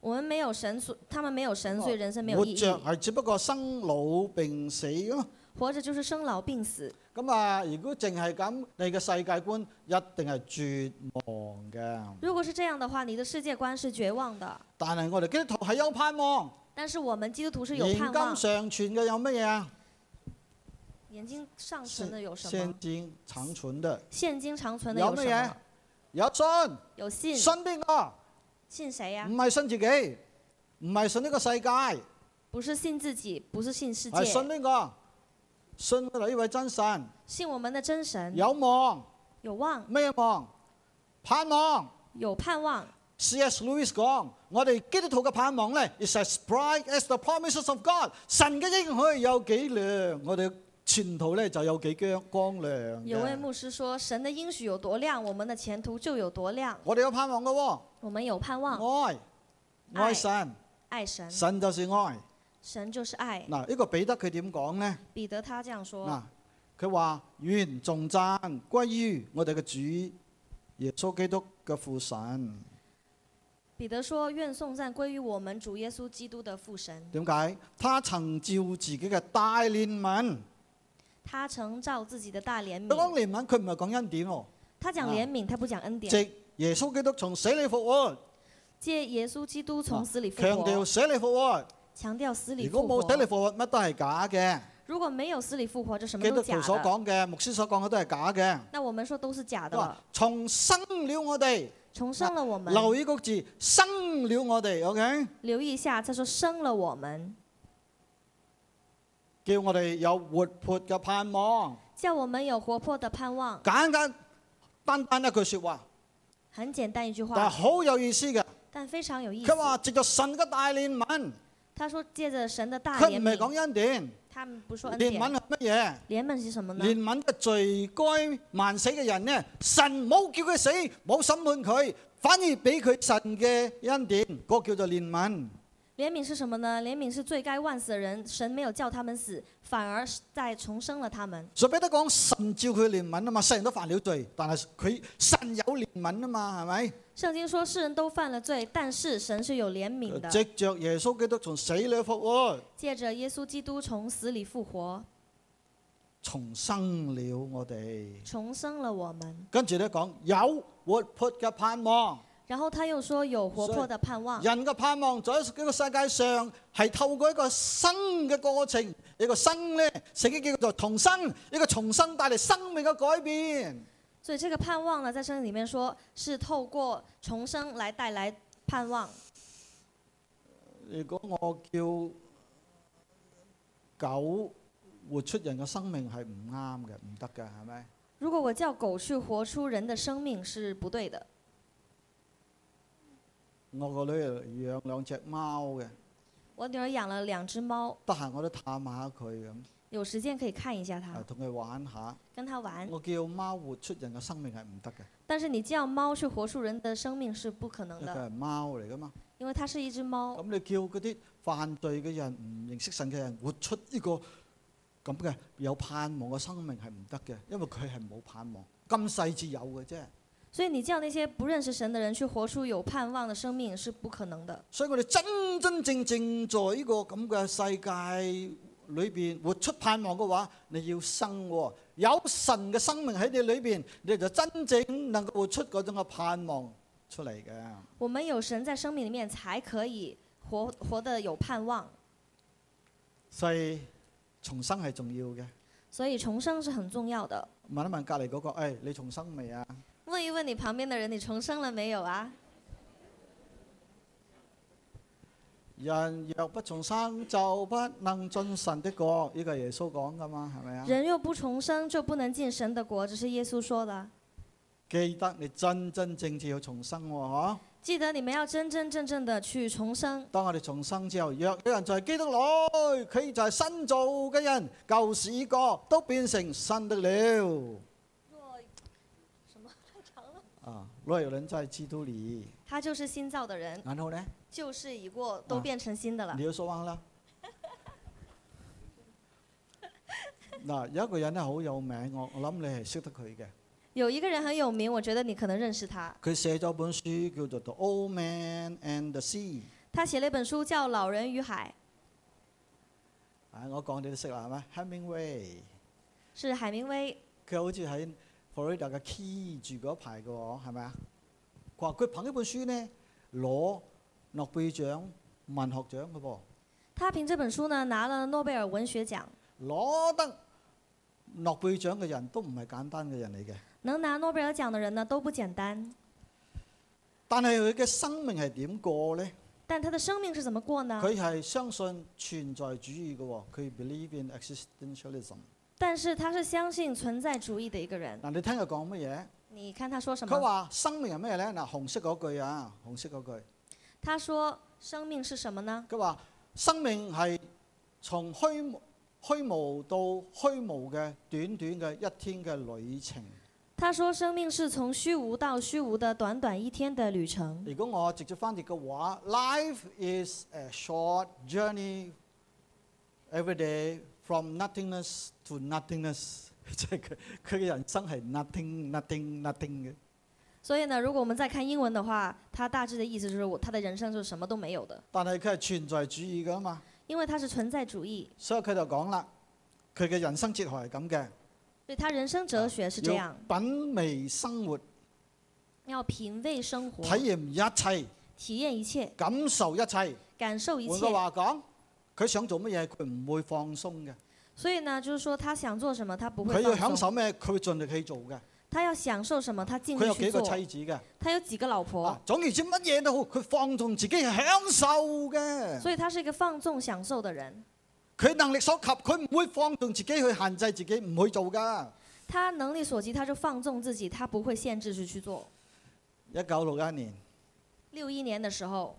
Speaker 2: 我們沒有神，所他们没有神，
Speaker 1: 哦
Speaker 2: 所以人生没有
Speaker 1: 活
Speaker 2: 意
Speaker 1: 着
Speaker 2: 義。
Speaker 1: 係只不過生老病死咯。
Speaker 2: 活着就是生老病死。
Speaker 1: 咁啊，如果淨係咁，你嘅世界觀一定係絕望嘅。
Speaker 2: 如果是這樣的話，你的世界觀是絕望的。
Speaker 1: 但係我哋基督徒係有盼望，
Speaker 2: 但是我们基督徒是
Speaker 1: 現
Speaker 2: 有
Speaker 1: 今
Speaker 2: 盼望
Speaker 1: 尚，存嘅有乜嘢啊？
Speaker 2: 眼睛上存的有什么
Speaker 1: 現？今長存的
Speaker 2: 现今长存的
Speaker 1: 有
Speaker 2: 有
Speaker 1: 乜
Speaker 2: 什么？
Speaker 1: 嘢？有信。
Speaker 2: 有信，啊
Speaker 1: 信邊個？
Speaker 2: 信谁呀、
Speaker 1: 唔係信自己，唔係信呢個世界，係
Speaker 2: 不是信自己，不是信世
Speaker 1: 信
Speaker 2: 界，
Speaker 1: 邊個？信我哋呢位真神，
Speaker 2: 信我们的真神。
Speaker 1: 有望
Speaker 2: 有望，
Speaker 1: 咩望？盼望。
Speaker 2: 有盼望。
Speaker 1: C.S. Lewis 講：我哋基督徒嘅盼望咧，is as bright as the promises of God。神嘅應許有幾亮，我哋前途咧就有幾光光亮嘅
Speaker 2: 有位牧师说：“神的应许有多亮，我们的前途就有多亮。
Speaker 1: 我哋有盼望嘅喎、
Speaker 2: 我们有盼望，
Speaker 1: 愛愛神，
Speaker 2: 爱神，
Speaker 1: 神就是愛。
Speaker 2: 神就是愛。
Speaker 1: 嗱，呢個彼得佢點講呢？
Speaker 2: 彼得他这样说
Speaker 1: 嗱，佢話願頌讚歸於我哋嘅主耶穌基督嘅父神。：“
Speaker 2: 彼得说，愿颂赞归于我们主耶稣基督的父神，
Speaker 1: 點解？他曾照自己嘅大憐憫。
Speaker 2: 他曾照自己的大怜
Speaker 1: 佢講
Speaker 2: 悯。
Speaker 1: 憐憫，佢唔係講恩典喎，
Speaker 2: 他讲怜悯，他不讲恩典。
Speaker 1: 藉耶穌基督從死裏復活，
Speaker 2: 借耶稣基督从死里复
Speaker 1: 強調
Speaker 2: 活，
Speaker 1: 死裏復活。
Speaker 2: 强调死里
Speaker 1: 如
Speaker 2: 复
Speaker 1: 果冇死裏
Speaker 2: 活。
Speaker 1: 復活，乜都係假嘅。
Speaker 2: 如果没有死里复活，这什么
Speaker 1: 基
Speaker 2: 都
Speaker 1: 督
Speaker 2: 假
Speaker 1: 徒所
Speaker 2: 的。
Speaker 1: 講嘅、牧師所講嘅都係假嘅。
Speaker 2: 那我们说都是假的
Speaker 1: 佢話
Speaker 2: 了，
Speaker 1: 重生了我哋，
Speaker 2: 重生了我们。
Speaker 1: 留意個字，生了我哋，OK，
Speaker 2: 留意一下，他说生了我们，
Speaker 1: 叫我哋有活潑嘅盼望。
Speaker 2: 叫我们有活泼的盼望。
Speaker 1: 簡簡單單一句説話，
Speaker 2: 很简单一句
Speaker 1: 但係
Speaker 2: 话，
Speaker 1: 好有意思嘅。
Speaker 2: 但非常有意思
Speaker 1: 佢。話藉着神嘅大憐憫，
Speaker 2: 他说借着神的大
Speaker 1: 佢
Speaker 2: 怜
Speaker 1: 唔係講
Speaker 2: 悯，
Speaker 1: 恩典，
Speaker 2: 他们不说恩
Speaker 1: 憐憫
Speaker 2: 典，
Speaker 1: 係乜嘢？
Speaker 2: 怜悯是什么呢？
Speaker 1: 憐憫嘅罪該萬死嘅人呢，神冇叫佢死，冇審判佢，反而俾佢神嘅恩典，嗰、個叫做憐憫。
Speaker 2: 怜悯是什么呢？怜悯是罪该万死的人，神没有叫他们死，反而是在重生了他们。
Speaker 1: 所以彼得講神召佢憐憫啊嘛，世人都犯了罪，但係佢神有憐憫啊嘛，係咪？
Speaker 2: 圣经说世人都犯了罪，但是神是有怜悯的，
Speaker 1: 藉着耶穌基督從死裏復活，
Speaker 2: 借着耶稣基督从死里复活，
Speaker 1: 重生了我哋。
Speaker 2: 重生了我们。
Speaker 1: 跟住咧講有活潑嘅盼望，
Speaker 2: 然后他又说有活泼的盼望，
Speaker 1: 人嘅盼望在呢個世界上係透過一個生嘅過程，一個生咧，聖經叫做重生，一個重生帶嚟生命嘅改變。
Speaker 2: 所以这个盼望呢，在圣经里面说是透过重生来带来盼望。
Speaker 1: 如果我叫狗活出人嘅生命係唔啱嘅，唔得嘅，係咪？
Speaker 2: 如果我叫狗去活出人的生命是不对的。
Speaker 1: 我個女養兩隻貓嘅，
Speaker 2: 我女儿养了两只猫，
Speaker 1: 得閒我都探下佢咁，
Speaker 2: 有時間可以看一下
Speaker 1: 啊
Speaker 2: 它，
Speaker 1: 同佢玩下。
Speaker 2: 跟它玩。
Speaker 1: 我叫貓活出人嘅生命係唔得嘅，
Speaker 2: 但是你叫貓去活出人的生命是不可
Speaker 1: 因
Speaker 2: 能
Speaker 1: 為佢
Speaker 2: 的，
Speaker 1: 係貓嚟噶嘛。
Speaker 2: 因为它是一只貓。
Speaker 1: 咁你叫嗰啲犯罪嘅人、唔認識神嘅人活出呢個咁嘅有盼望嘅生命係唔得嘅，因為佢係冇盼望，今世至有嘅啫。
Speaker 2: 所以你叫那些不认识神的人去活出有盼望的生命是不可能的。
Speaker 1: 所以我哋真真正正在呢個咁嘅世界裏邊活出盼望嘅話，你要生喎、有神嘅生命喺你裏邊，你就真正能夠活出嗰種嘅盼望出嚟嘅。
Speaker 2: 我们有神在生命里面，才可以活活得有盼望。
Speaker 1: 所以重生係重要嘅。
Speaker 2: 所以重生是很重要的。
Speaker 1: 問一問隔離嗰個，誒、哎你重生未啊？
Speaker 2: 问一问你旁边的人，你重生了没有啊？
Speaker 1: 人若不重生，就不能進神的國。呢、個係耶穌講噶嘛，係咪啊？
Speaker 2: 人若不重生，就不能进神的国，这是耶稣说的。
Speaker 1: 記得你真真正正要重生喎、嗬！
Speaker 2: 记得你们要真真正正的去重生。
Speaker 1: 當我哋重生之後，若有人在基督內，佢就係新造嘅人，舊事過都變成新的了。啊，若有人在基督裏，
Speaker 2: 他就是新造的人，
Speaker 1: 然後呢，
Speaker 2: 旧事已过，都
Speaker 1: 啊
Speaker 2: 变成新的了
Speaker 1: 你。要說完啦。嗱，有一個人咧好有名，我我諗你係識得佢嘅。
Speaker 2: 有一个人很有名，我觉得你可能认识他。
Speaker 1: 佢寫咗本書叫做《The Old Man and the Sea》。
Speaker 2: 他写了一本书叫《老人与海
Speaker 1: 啊，我講你都識啦，係咪？Hemingway，》，
Speaker 2: 是海明威。
Speaker 1: 佢好似喺 Florida 嘅 Key 住嗰排嘅喎，係咪啊？佢話佢憑呢本書呢，攞諾貝爾獎文學獎嘅噃，
Speaker 2: 他凭这本书呢拿了诺贝尔文学奖。
Speaker 1: 攞得諾貝爾獎嘅人都唔係簡單嘅人嚟嘅。
Speaker 2: 能拿诺贝尔奖的人呢都不简单，
Speaker 1: 但係佢嘅生命係點過呢？
Speaker 2: 但他的生命是怎么过呢？
Speaker 1: 佢係相信存在主義嘅喎，佢 believe in existentialism。
Speaker 2: 但是他是相信存在主义的一个人。
Speaker 1: 嗱，你聽佢講乜嘢？
Speaker 2: 你看他说什
Speaker 1: 佢
Speaker 2: 么？
Speaker 1: 話生命係咩呢？嗱，紅色嗰句啊，紅色嗰句。
Speaker 2: 他说：生命是什么呢？
Speaker 1: 佢話：生命係從虛無虛無到虛無嘅短短嘅一天嘅旅程。
Speaker 2: 他说：“生命是从虚无到虚无的短短一天的旅程。
Speaker 1: 如果我直接翻譯嘅話，Life is a short journey every day from nothingness to nothingness，即 係佢佢嘅人生係 nothing nothing nothing 嘅。
Speaker 2: 所以呢，如果我们再看英文的话，他大致的意思就是我他的人生就是什么都没有的，
Speaker 1: 但係佢係存在主義㗎嘛，
Speaker 2: 因为他是存在主义，
Speaker 1: 所以佢就講啦，佢嘅人生哲學係咁嘅，
Speaker 2: 所以他人生哲学是这样，
Speaker 1: 要品味生活，
Speaker 2: 要品味生活
Speaker 1: 體，驗一切，
Speaker 2: 体验一切，
Speaker 1: 感受一切。
Speaker 2: 感受一
Speaker 1: 換
Speaker 2: 切
Speaker 1: 句。話講，佢想做乜嘢，佢唔會放鬆嘅。
Speaker 2: 所以呢，就是说他想做什么，他不
Speaker 1: 佢
Speaker 2: 会
Speaker 1: 要享
Speaker 2: 放松；
Speaker 1: 受咩，佢會盡力去做嘅。
Speaker 2: 他要享受什么，他尽
Speaker 1: 佢有
Speaker 2: 力
Speaker 1: 幾
Speaker 2: 去
Speaker 1: 個
Speaker 2: 做。
Speaker 1: 妻子嘅。
Speaker 2: 他有几个老婆
Speaker 1: 啊，，總言之，乜嘢都好，佢放縱自己係享受嘅。
Speaker 2: 所以他是一个放纵享受的人。
Speaker 1: 佢能力所及，佢唔會放縱自己去限制自己，唔去做噶。
Speaker 2: 他能力所及，他就放纵自己，他不会限制去去做。
Speaker 1: 一九六一年
Speaker 2: 六一年的时候，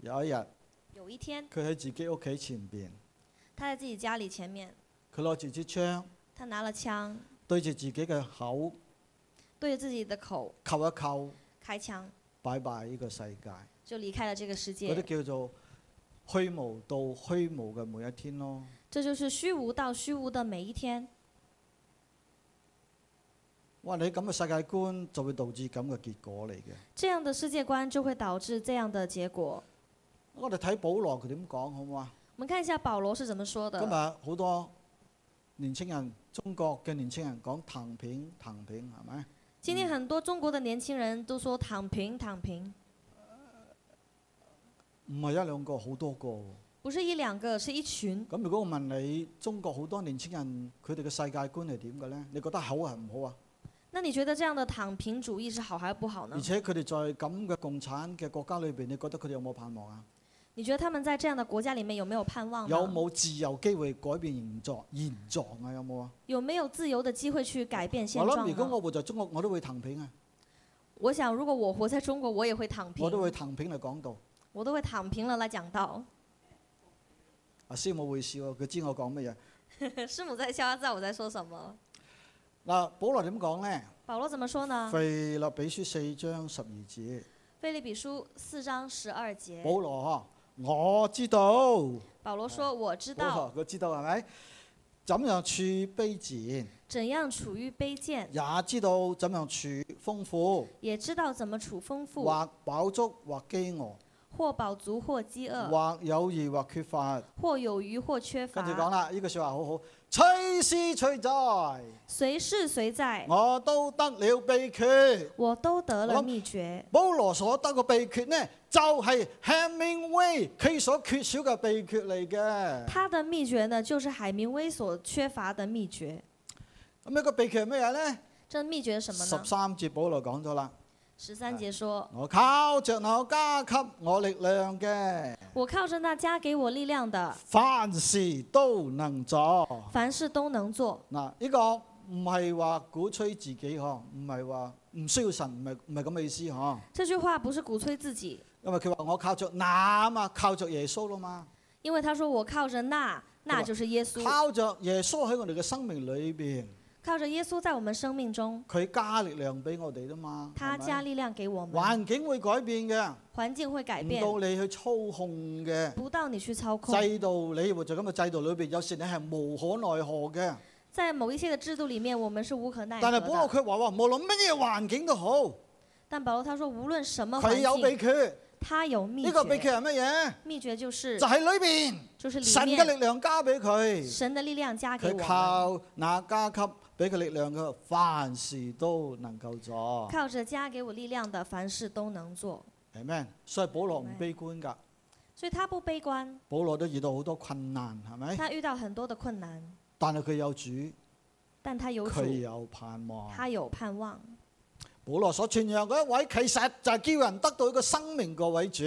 Speaker 1: 有一日，
Speaker 2: 有一天，
Speaker 1: 佢喺自己屋企前邊，
Speaker 2: 他在自己家里前面，
Speaker 1: 佢攞住支槍
Speaker 2: 他拿了枪，
Speaker 1: 對住自己嘅口
Speaker 2: 对着自己的口
Speaker 1: 扣一扣，
Speaker 2: 开枪，
Speaker 1: 拜拜呢個世界。
Speaker 2: 就离开了这个世
Speaker 1: 嗰啲
Speaker 2: 界。
Speaker 1: 叫做虛無到虛無嘅每一天咯。
Speaker 2: 这就是虚无到虚无的每一天。
Speaker 1: 哇！你咁嘅世界觀就會導致咁嘅結果嚟嘅。
Speaker 2: 这样的世界观就会导致这样的结果。
Speaker 1: 我哋睇保羅佢點講好唔好啊？
Speaker 2: 我们看一下保罗是怎么说
Speaker 1: 今
Speaker 2: 的
Speaker 1: 日。好多年青人，中國嘅年青人講騰片騰片係咪？
Speaker 2: 今
Speaker 1: 嗯
Speaker 2: 天很多中国的年轻人都说躺平躺平，
Speaker 1: 唔係一兩個，好多個喎。
Speaker 2: 不是一两个，是一群。
Speaker 1: 咁如果我問你，中國好多年青人佢哋嘅世界觀係點嘅呢？你覺得好係唔好啊？
Speaker 2: 那你觉得这样的躺平主義是好还是不好呢
Speaker 1: 而？且佢哋在咁嘅共產嘅國家裏邊，你覺得佢哋有冇盼望啊？
Speaker 2: 你觉得他们在这样的国家里面有沒有盼望呢？
Speaker 1: 有冇自由機會改變現狀現狀啊？有冇啊？
Speaker 2: 有沒有自由的機會去改變現
Speaker 1: 我
Speaker 2: 狀
Speaker 1: 諗
Speaker 2: 呢
Speaker 1: 如？果我活在中國，我都會騰片啊，
Speaker 2: 我想，如果我活在中國，我也会躺平，
Speaker 1: 我都會騰片嚟講道。
Speaker 2: 我都會躺平了来講 道。
Speaker 1: 阿師母會笑啊，佢知我講乜嘢。
Speaker 2: 師母在笑，他知道我在說什麼。
Speaker 1: 嗱，保羅點講呢？
Speaker 2: 保羅怎麼說呢？
Speaker 1: 腓立比書四章十二節。
Speaker 2: 菲利比書四章十二節，
Speaker 1: 保羅，我知道，
Speaker 2: 保羅說：“我知
Speaker 1: 保
Speaker 2: 道
Speaker 1: 羅佢知道係咪？怎樣處卑賤，
Speaker 2: 怎樣處於卑賤，
Speaker 1: 也知道怎樣處豐富，
Speaker 2: 也知道怎麼處豐富，
Speaker 1: 或飽足，或飢餓，
Speaker 2: 或飽足，或饥餓。”
Speaker 1: 或有餘，或缺乏。
Speaker 2: 或有余或缺
Speaker 1: 跟住講
Speaker 2: 乏，
Speaker 1: 啦，呢句説話好好，隨時隨在，
Speaker 2: 随是随在，
Speaker 1: 我都得了秘訣。
Speaker 2: 我都得
Speaker 1: 好
Speaker 2: 了秘诀。
Speaker 1: 保羅所得嘅秘訣呢，就係、Hemingway 佢所缺少嘅秘訣嚟嘅。
Speaker 2: 他的秘诀呢，就是海明威所缺乏的秘诀。
Speaker 1: 咁呢個秘訣係咩嘢呢？
Speaker 2: 这秘诀是什么
Speaker 1: 十
Speaker 2: 呢？
Speaker 1: 三節保羅講咗啦。
Speaker 2: 十三节说
Speaker 1: 我靠着我加給我力量嘅，：“
Speaker 2: 我靠着那加给我力量的，
Speaker 1: 凡事都能做。
Speaker 2: 凡事都能做。
Speaker 1: 嗱，呢個唔係話鼓吹自己嗬，唔係話唔需要神，唔係唔係咁嘅意思嗬。”
Speaker 2: 这句话不是鼓吹自己，
Speaker 1: 因為佢話我靠着那啊嘛，靠着耶穌啦嘛，
Speaker 2: 因为他说：“我靠着那，那就是耶稣，
Speaker 1: 靠着耶穌喺我哋嘅生命裏邊，
Speaker 2: 靠着耶稣在我们生命中，
Speaker 1: 佢加力量俾我哋啦嘛。
Speaker 2: 他
Speaker 1: 係咪
Speaker 2: 加力量给我们。
Speaker 1: 環境會改變嘅，
Speaker 2: 环境会改
Speaker 1: 唔
Speaker 2: 变，
Speaker 1: 到你去操控嘅
Speaker 2: 不到你去操控。
Speaker 1: 制度，你活在咁嘅制度裏邊，有時你係無可奈何嘅。
Speaker 2: 在某一些的制度里面，我们是无可奈何
Speaker 1: 但係保羅
Speaker 2: 的。
Speaker 1: 佢話話，無論乜嘢環境都好，
Speaker 2: 但保罗他说，无论什么环
Speaker 1: 佢有
Speaker 2: 境，
Speaker 1: 秘訣。
Speaker 2: 他有秘
Speaker 1: 呢個秘
Speaker 2: 诀，
Speaker 1: 訣係乜嘢？
Speaker 2: 秘诀就是
Speaker 1: 就喺裏邊，
Speaker 2: 就是
Speaker 1: 神
Speaker 2: 里
Speaker 1: 嘅
Speaker 2: 嗯面
Speaker 1: 力量加俾佢，
Speaker 2: 神的力量加啊给我
Speaker 1: 佢
Speaker 2: 们，
Speaker 1: 靠那加給俾佢力量嘅，凡事都能夠做。
Speaker 2: 靠着加给我力量的，凡事都能做。
Speaker 1: 係咩？所以保羅唔
Speaker 2: Amen
Speaker 1: 悲觀㗎，
Speaker 2: 所以他不悲观，
Speaker 1: 保羅都遇到好多困難，係咪？
Speaker 2: 他遇到很多的困难，
Speaker 1: 但係佢有主，
Speaker 2: 但他有
Speaker 1: 佢
Speaker 2: 主，
Speaker 1: 有盼望。
Speaker 2: 他有盼望。
Speaker 1: 保羅所傳揚嗰一位，其實就係叫人得到一個生命嗰位主。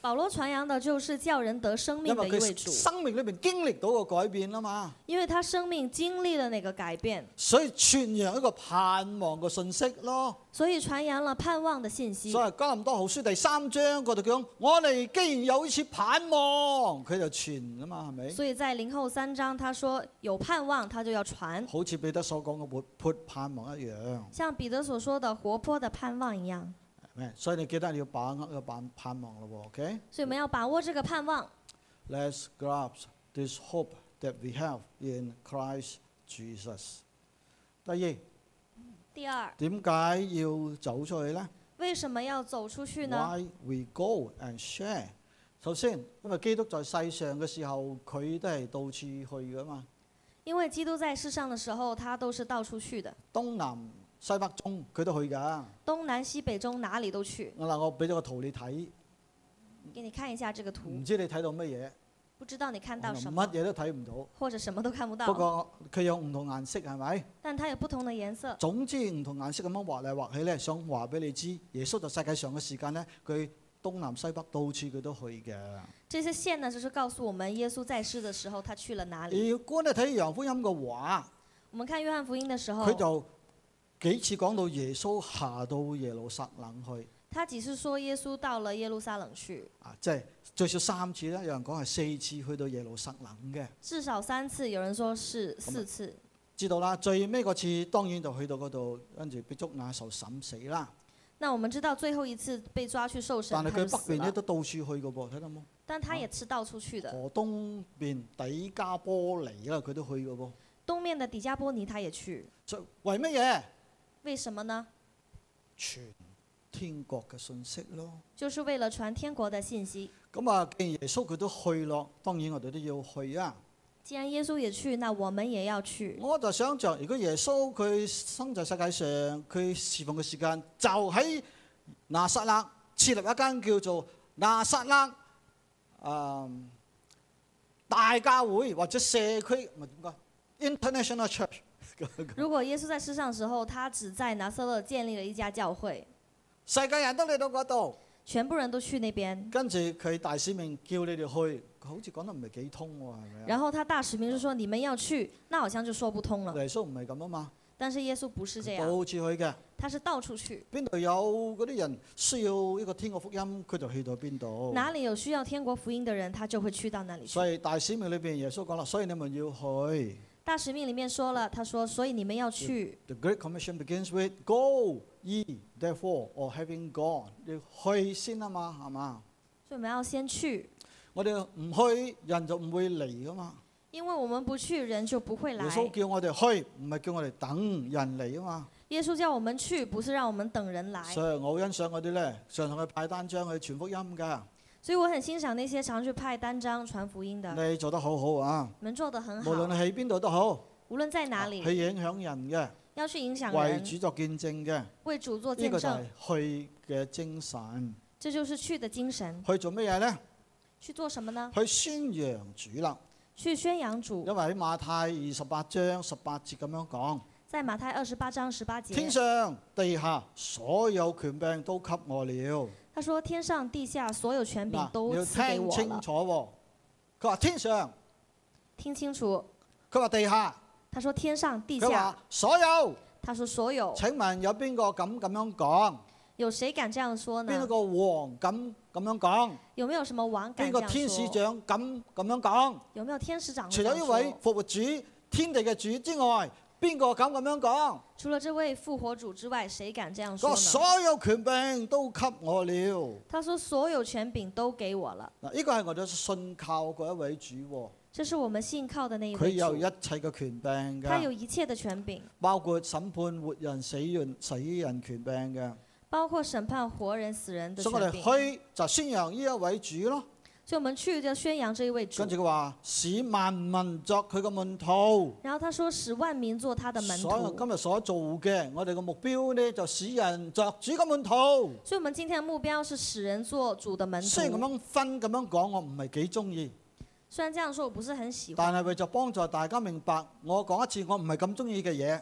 Speaker 2: 保罗传扬的就是叫人得生命
Speaker 1: 因
Speaker 2: 的
Speaker 1: 為
Speaker 2: 一位主
Speaker 1: 佢，生命裏邊經歷到個改變啊嘛，
Speaker 2: 因为他生命经历了那个改变，
Speaker 1: 所以傳揚一個盼望嘅信息咯。
Speaker 2: 所以传扬了盼望的信息。
Speaker 1: 所以哥林多後書第三章嗰度講，我哋既然有次盼望，佢就傳啊嘛，係咪？
Speaker 2: 所以在零后三章，他说有盼望，他就要传，
Speaker 1: 好似彼得所講嘅活潑盼望一樣，
Speaker 2: 像彼得所说的活泼的盼望一样。
Speaker 1: 係咪？所以你記得你要把握呢個盼盼望咯喎，OK？
Speaker 2: 所以我们要把握这个盼望，
Speaker 1: Let's grasp this hope that we have in Christ Jesus。第二，
Speaker 2: 第二，
Speaker 1: 點解要走出去呢
Speaker 2: 为什么要走出去呢？
Speaker 1: ？Why we go and share？首先，因為基督在世上嘅時候，佢都係到處去噶嘛，
Speaker 2: 因为基督在世上的时候，他都是到处去的，
Speaker 1: 東南西北中佢都去㗎。
Speaker 2: 东南西北中哪里都去。
Speaker 1: 嗱，我俾咗個圖你睇，
Speaker 2: 给你看一下这个图
Speaker 1: 唔，知你睇到乜嘢？
Speaker 2: 不知道你看
Speaker 1: 可
Speaker 2: 嗯到
Speaker 1: 能
Speaker 2: 什
Speaker 1: 乜
Speaker 2: 么，
Speaker 1: 嘢都睇唔
Speaker 2: 或者什么都看不
Speaker 1: 到。嗯不
Speaker 2: 到，
Speaker 1: 過佢有唔同顏色係咪？
Speaker 2: 但它有不同的颜色。
Speaker 1: 總之唔同顏色咁樣畫嚟畫去咧，想話俾你知，耶穌在世界上嘅時間咧，佢東南西北到處佢都去嘅。
Speaker 2: 这些线呢，就是告诉我们耶稣在世的时候他去了哪里。
Speaker 1: 如果你睇《羊福音》嘅話，
Speaker 2: 我们看约翰福音的时候
Speaker 1: 佢，就幾次講到耶穌下到耶路撒冷去，
Speaker 2: 他只是说耶稣到了耶路撒冷去，
Speaker 1: 啊，即係最少三次啦，有人講係四次去到耶路撒冷嘅，
Speaker 2: 至少三次，有人说是四次。
Speaker 1: 知道啦。最尾嗰次當然就去到嗰度，跟住被捉拿受審死啦。
Speaker 2: 那我们知道最后一次被抓去受审，
Speaker 1: 但係
Speaker 2: 他就
Speaker 1: 佢
Speaker 2: 死
Speaker 1: 北邊咧
Speaker 2: 了。
Speaker 1: 都到處去嘅噃，睇到冇？
Speaker 2: 但他也是到处去的，
Speaker 1: 河東邊底加波尼啦，佢都去嘅噃。
Speaker 2: 东面的底加波尼他也去，
Speaker 1: 所以為乜嘢？
Speaker 2: 为什么呢？
Speaker 1: 傳天國嘅信息咯。
Speaker 2: 就是为了传天国的信息。
Speaker 1: 咁啊，既然耶穌佢都去咯，當然我哋都要去啊。
Speaker 2: 既然耶稣也去，那我们也要去。
Speaker 1: 我就想像，如果耶穌佢生在世界上，佢侍奉嘅時間就喺拿撒勒設立一間叫做拿撒勒誒、嗯大教會或者社區，唔係點講 International Church
Speaker 2: 如果耶稣在世上的时候，他只在拿撒勒建立了一家教会，
Speaker 1: 世界人都嚟到嗰度，
Speaker 2: 全部人都去那边。
Speaker 1: 跟住佢大使命叫你哋去，佢好似講得唔係幾通喎，係咪啊？
Speaker 2: 然后他大使命就说你们要去，那好像就说不通了。
Speaker 1: 耶穌唔係咁啊嘛。
Speaker 2: 但是耶稣不是这
Speaker 1: 佢
Speaker 2: 样，
Speaker 1: 到處去嘅，
Speaker 2: 他是到处去，
Speaker 1: 邊度有嗰啲人需要一個天國福音，佢就去到邊度。
Speaker 2: 哪里有需要天国福音的人，他就會去到那里去。
Speaker 1: 哦所以大使命裏邊，耶穌講啦，所以你們要去。
Speaker 2: 大使命里面说了，他说所以你们要去，
Speaker 1: The Great Commission begins with go ye therefore or having gone，要去先啊嘛，係嘛？
Speaker 2: 所以我们要先去，
Speaker 1: 我哋唔去，人就唔會嚟噶嘛。
Speaker 2: 因为我们不去，人就不会
Speaker 1: 耶
Speaker 2: 来。
Speaker 1: 穌叫我哋去，唔係叫我哋等人嚟啊嘛。
Speaker 2: 耶稣叫我们去，不是让我们等人来。
Speaker 1: 所以我好欣賞嗰啲咧，常常去派單張去傳福音㗎。
Speaker 2: 所以我很欣赏那些常去派單张传福音的，
Speaker 1: 你做得好好啊，
Speaker 2: 你们做得很
Speaker 1: 無論
Speaker 2: 好，
Speaker 1: 喺邊度都好，啊
Speaker 2: 无论在哪
Speaker 1: 去
Speaker 2: 里，
Speaker 1: 影響人嘅。
Speaker 2: 要去影响
Speaker 1: 為
Speaker 2: 人，
Speaker 1: 主作見證嘅，
Speaker 2: 为主做
Speaker 1: 呢
Speaker 2: 见
Speaker 1: 個就
Speaker 2: 证
Speaker 1: 係，去嘅精神。
Speaker 2: 这就是去的精神。
Speaker 1: 去做乜嘢呢？
Speaker 2: 去做什么呢？
Speaker 1: 去宣揚主啦。
Speaker 2: 去宣扬
Speaker 1: 因
Speaker 2: 主，
Speaker 1: 為喺馬太二十八章十八節咁樣講：
Speaker 2: 在马太二十八章十八节
Speaker 1: 天，上地下所有權柄都給我了。
Speaker 2: 他说：“天上地下所有权柄
Speaker 1: 嗱，你
Speaker 2: 都
Speaker 1: 要
Speaker 2: 赐给
Speaker 1: 聽
Speaker 2: 我
Speaker 1: 清
Speaker 2: 了。
Speaker 1: 楚喎。佢話天上，”
Speaker 2: 听清楚，
Speaker 1: 佢話地下，
Speaker 2: 他说：“天上地
Speaker 1: 佢
Speaker 2: 下。
Speaker 1: 話所有。”
Speaker 2: 他说：“所有，
Speaker 1: 請問有邊個敢咁樣講？
Speaker 2: 有谁敢这样说
Speaker 1: 邊
Speaker 2: 呢？
Speaker 1: 個王敢咁樣講？
Speaker 2: 有没有什么王
Speaker 1: 邊
Speaker 2: 敢这
Speaker 1: 個
Speaker 2: 样
Speaker 1: 天使
Speaker 2: 说？
Speaker 1: 長敢咁樣講？
Speaker 2: 有没有天使长
Speaker 1: 除
Speaker 2: 这
Speaker 1: 咗
Speaker 2: 样
Speaker 1: 呢
Speaker 2: 说？
Speaker 1: 位復活主、天地嘅主之外，邊個敢咁樣講？
Speaker 2: 除了这位复活主之外，谁敢这样
Speaker 1: 佢
Speaker 2: 说
Speaker 1: 話
Speaker 2: 呢？
Speaker 1: 所有權柄都給我了。嗱，
Speaker 2: 他说：“所有权柄都给我了。”
Speaker 1: 呢個係我哋信靠嗰一位主喎，
Speaker 2: 这是我们信靠的那一
Speaker 1: 佢
Speaker 2: 位
Speaker 1: 有
Speaker 2: 主
Speaker 1: 一，切嘅權柄
Speaker 2: 他有
Speaker 1: 嘅，
Speaker 2: 一切的权柄，
Speaker 1: 包括審判活人、死人、死人權柄嘅。
Speaker 2: 包括审判活人、死人的
Speaker 1: 所以我
Speaker 2: 权
Speaker 1: 哋
Speaker 2: 柄。
Speaker 1: 去就宣揚呢一位主咯。
Speaker 2: 所以我们去就宣扬这一位主
Speaker 1: 跟。住佢話：使萬民作佢嘅門徒。
Speaker 2: 然后他说：“使万民做他的门徒。”
Speaker 1: 所以我今日所做嘅，我哋嘅目標呢，就使人作主嘅門徒。
Speaker 2: 所以我们今天的目标是使人做主的门徒。
Speaker 1: 雖然咁樣分咁樣講，我唔係幾中意。
Speaker 2: 虽然这样说我不是很喜欢，
Speaker 1: 但係為咗幫助大家明白，我講一次我唔係咁中意嘅嘢，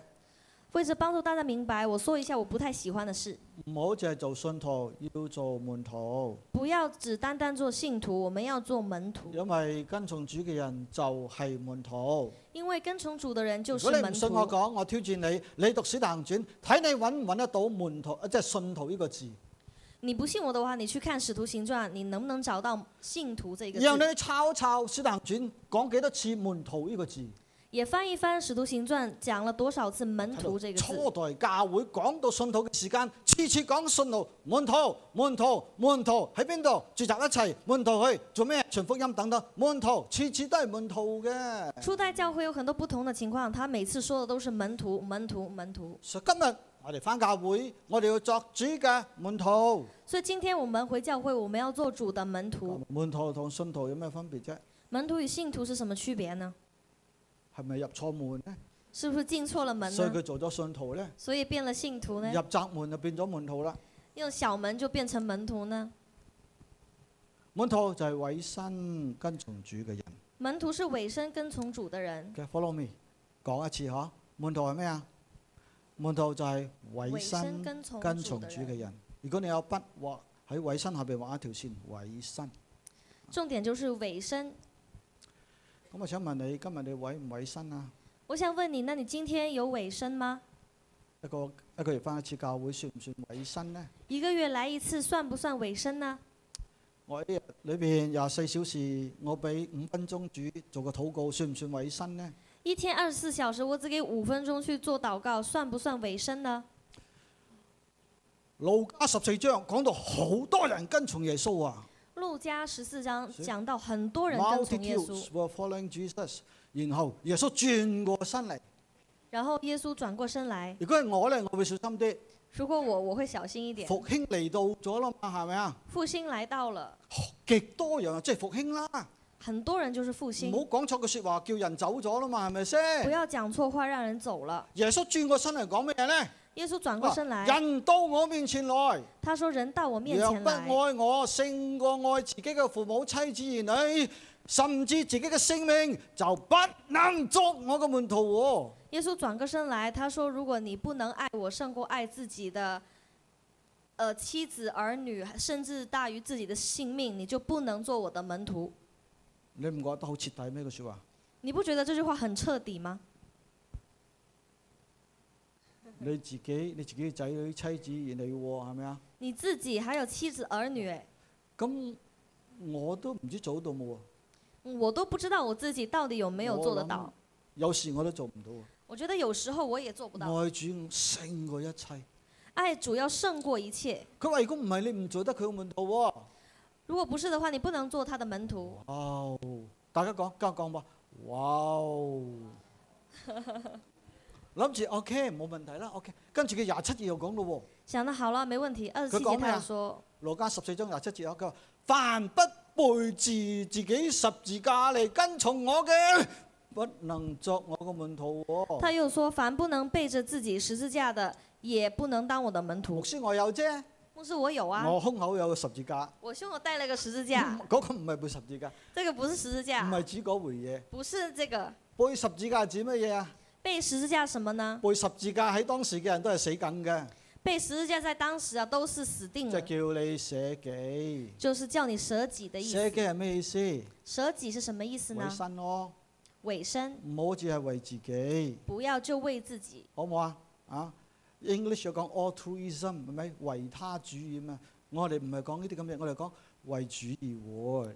Speaker 2: 为着帮助大家明白，我说一下我不太喜欢的事。
Speaker 1: 唔好淨係做信徒，要做門徒，
Speaker 2: 不要只单单做信徒，我们要做门徒，
Speaker 1: 因為跟從主嘅人就係門徒。
Speaker 2: 因为跟从主的人就
Speaker 1: 如
Speaker 2: 是
Speaker 1: 果你
Speaker 2: 门
Speaker 1: 唔信我
Speaker 2: 徒。
Speaker 1: 講，我挑戰你，你讀《使徒行傳》，睇你揾唔揾得到門徒，呃即係信徒呢個字。
Speaker 2: 你不信我的话，你去看《使徒行传》，你能不能找到“信徒”这个
Speaker 1: 然後
Speaker 2: 字？
Speaker 1: 你抄一抄《使徒行傳》，講幾多次門徒呢個字？
Speaker 2: 也翻一翻《使徒行传》，讲了多少次“门徒”这个字？
Speaker 1: 初代教會講到信徒嘅時間，次次講信徒、門徒、門徒、門徒喺邊度聚集一齊，門徒去做咩？傳福音等等，門徒次次都係門徒嘅。
Speaker 2: 初代教会有很多不同的情况，他每次说的都是门徒、门徒、门徒。
Speaker 1: 所以今日我哋翻教會，我哋要作主嘅門徒。
Speaker 2: 所以今天我们回教会，我们要做主的门徒。
Speaker 1: 門徒啊同信徒有咩分別啫？
Speaker 2: 门徒与信徒是什么区别呢？
Speaker 1: 係咪入錯門呢？
Speaker 2: 是不是进错了门
Speaker 1: 所以
Speaker 2: 呢？
Speaker 1: 佢做咗信徒呢，
Speaker 2: 所以变了信徒呢？
Speaker 1: 入窄門就變咗門徒啦。
Speaker 2: 用小门就变成门徒呢？
Speaker 1: 門徒就係委身跟從主嘅人
Speaker 2: 门徒是委身跟从主的人，
Speaker 1: 嘅。Follow me，講一次嗬。門徒係咩啊？門徒就係委
Speaker 2: 委身
Speaker 1: 身。
Speaker 2: 跟从
Speaker 1: 跟
Speaker 2: 主
Speaker 1: 從
Speaker 2: 的
Speaker 1: 主
Speaker 2: 人。
Speaker 1: 嘅人。如果你有筆畫喺委身下邊畫一條線，委身。
Speaker 2: 重点就是委身。
Speaker 1: 咁我想問你，今日你委唔委身啊？
Speaker 2: 我想问你，那你今天有委身嗎？
Speaker 1: 一個一個月翻一次教會，算唔算委身呢？
Speaker 2: 一个月来一次算不算委身呢？
Speaker 1: 我一日裏邊廿四小時，我俾五分鐘主做個禱告，算唔算委身呢？
Speaker 2: 一天二十四小时，我只给五分钟去做祷告，算不算委身呢？
Speaker 1: 路加十四章講到好多人跟從耶穌啊
Speaker 2: 路加十四章
Speaker 1: 是
Speaker 2: 讲到很多人跟从耶稣
Speaker 1: ，multitudes，were following Jesus。然後耶穌轉過身嚟，
Speaker 2: 然后耶稣转过身来。
Speaker 1: 如果係我呢，我會小心啲。
Speaker 2: 如果我，我会小心一点。
Speaker 1: 復興嚟到咗啦嘛，係咪啊？
Speaker 2: 复兴来到了，
Speaker 1: 極多人即係復興啦。
Speaker 2: 很多人就是复
Speaker 1: 唔好
Speaker 2: 兴。
Speaker 1: 講錯句説話，叫人走咗啦嘛，係咪先？
Speaker 2: 不要讲错话，让人走了。
Speaker 1: 耶穌轉個身嚟講咩嘢呢？
Speaker 2: 耶稣转
Speaker 1: 啊
Speaker 2: 过身来，
Speaker 1: 人到我面前來，
Speaker 2: 他说：“人到我面
Speaker 1: 若
Speaker 2: 前
Speaker 1: 不
Speaker 2: 来，
Speaker 1: 愛我勝過愛自己嘅父母、妻子、兒女，甚至自己嘅性命，就不能作我嘅門徒喎。
Speaker 2: 耶稣转过身来，他说：“如果你不能爱我胜过爱自己的，呃，妻子儿女，甚至大于自己的性命，你就不能做我的门徒。
Speaker 1: 你唔覺得好徹底咩？句説話，”
Speaker 2: 你不觉得这句话很彻底吗？
Speaker 1: 你自己你自己嘅仔女、妻子、兒女喎，係咪啊？
Speaker 2: 你自己还有妻子儿女，哎
Speaker 1: 咁我都唔知做到冇喎，
Speaker 2: 嗯我都不知道我自己到底有没有做得到。
Speaker 1: 有時我都做唔
Speaker 2: 我觉得有时候我也做不
Speaker 1: 到
Speaker 2: 到。
Speaker 1: 喎。愛主勝過一切。
Speaker 2: 爱主要胜过一切。
Speaker 1: 佢話：如果唔係你唔做得佢嘅門徒喎。
Speaker 2: 如果不是的话，你不能做他的门徒。
Speaker 1: 哇哦！大家講，加講吧。哇哦！諗住 OK 冇問題啦，OK。跟住佢廿七節又講咯
Speaker 2: 想的好了，没问题。二十七
Speaker 1: 讲
Speaker 2: 节
Speaker 1: 咩
Speaker 2: 他
Speaker 1: 啊
Speaker 2: 又说
Speaker 1: 喎，《路加十四章廿七節啊有佢話：凡不背自自己十字架嚟跟從我嘅，不能作我嘅門徒喎。
Speaker 2: 他又说，凡不能背着自己十字架的，也不能当我的门
Speaker 1: 牧
Speaker 2: 徒。
Speaker 1: 師我有啫，
Speaker 2: 牧师，我有啊，
Speaker 1: 我胸口有個十字架，
Speaker 2: 我胸口带了个十字架，
Speaker 1: 嗰個唔係背十字架，
Speaker 2: 这个不是十字架
Speaker 1: 唔，係指嗰回嘢。
Speaker 2: 不是这个。
Speaker 1: 背十字架指乜嘢啊？
Speaker 2: 背十字架什么呢？
Speaker 1: 背十字架喺當時嘅人都係死緊嘅，
Speaker 2: 背十字架在当时啊都是死定
Speaker 1: 即
Speaker 2: 了
Speaker 1: 係，叫你捨己。
Speaker 2: 就是叫你舍己的意
Speaker 1: 舍
Speaker 2: 思。
Speaker 1: 己係咩意思？
Speaker 2: 舍己是什么意思
Speaker 1: 委
Speaker 2: 呢？
Speaker 1: 身咯，
Speaker 2: 委身，
Speaker 1: 唔好只係為自己，
Speaker 2: 不要就为自己。
Speaker 1: 好唔好啊？啊，English 有講 altruism 係咪為他主義嘛？我哋唔係講呢啲咁嘅，我哋講為主而活。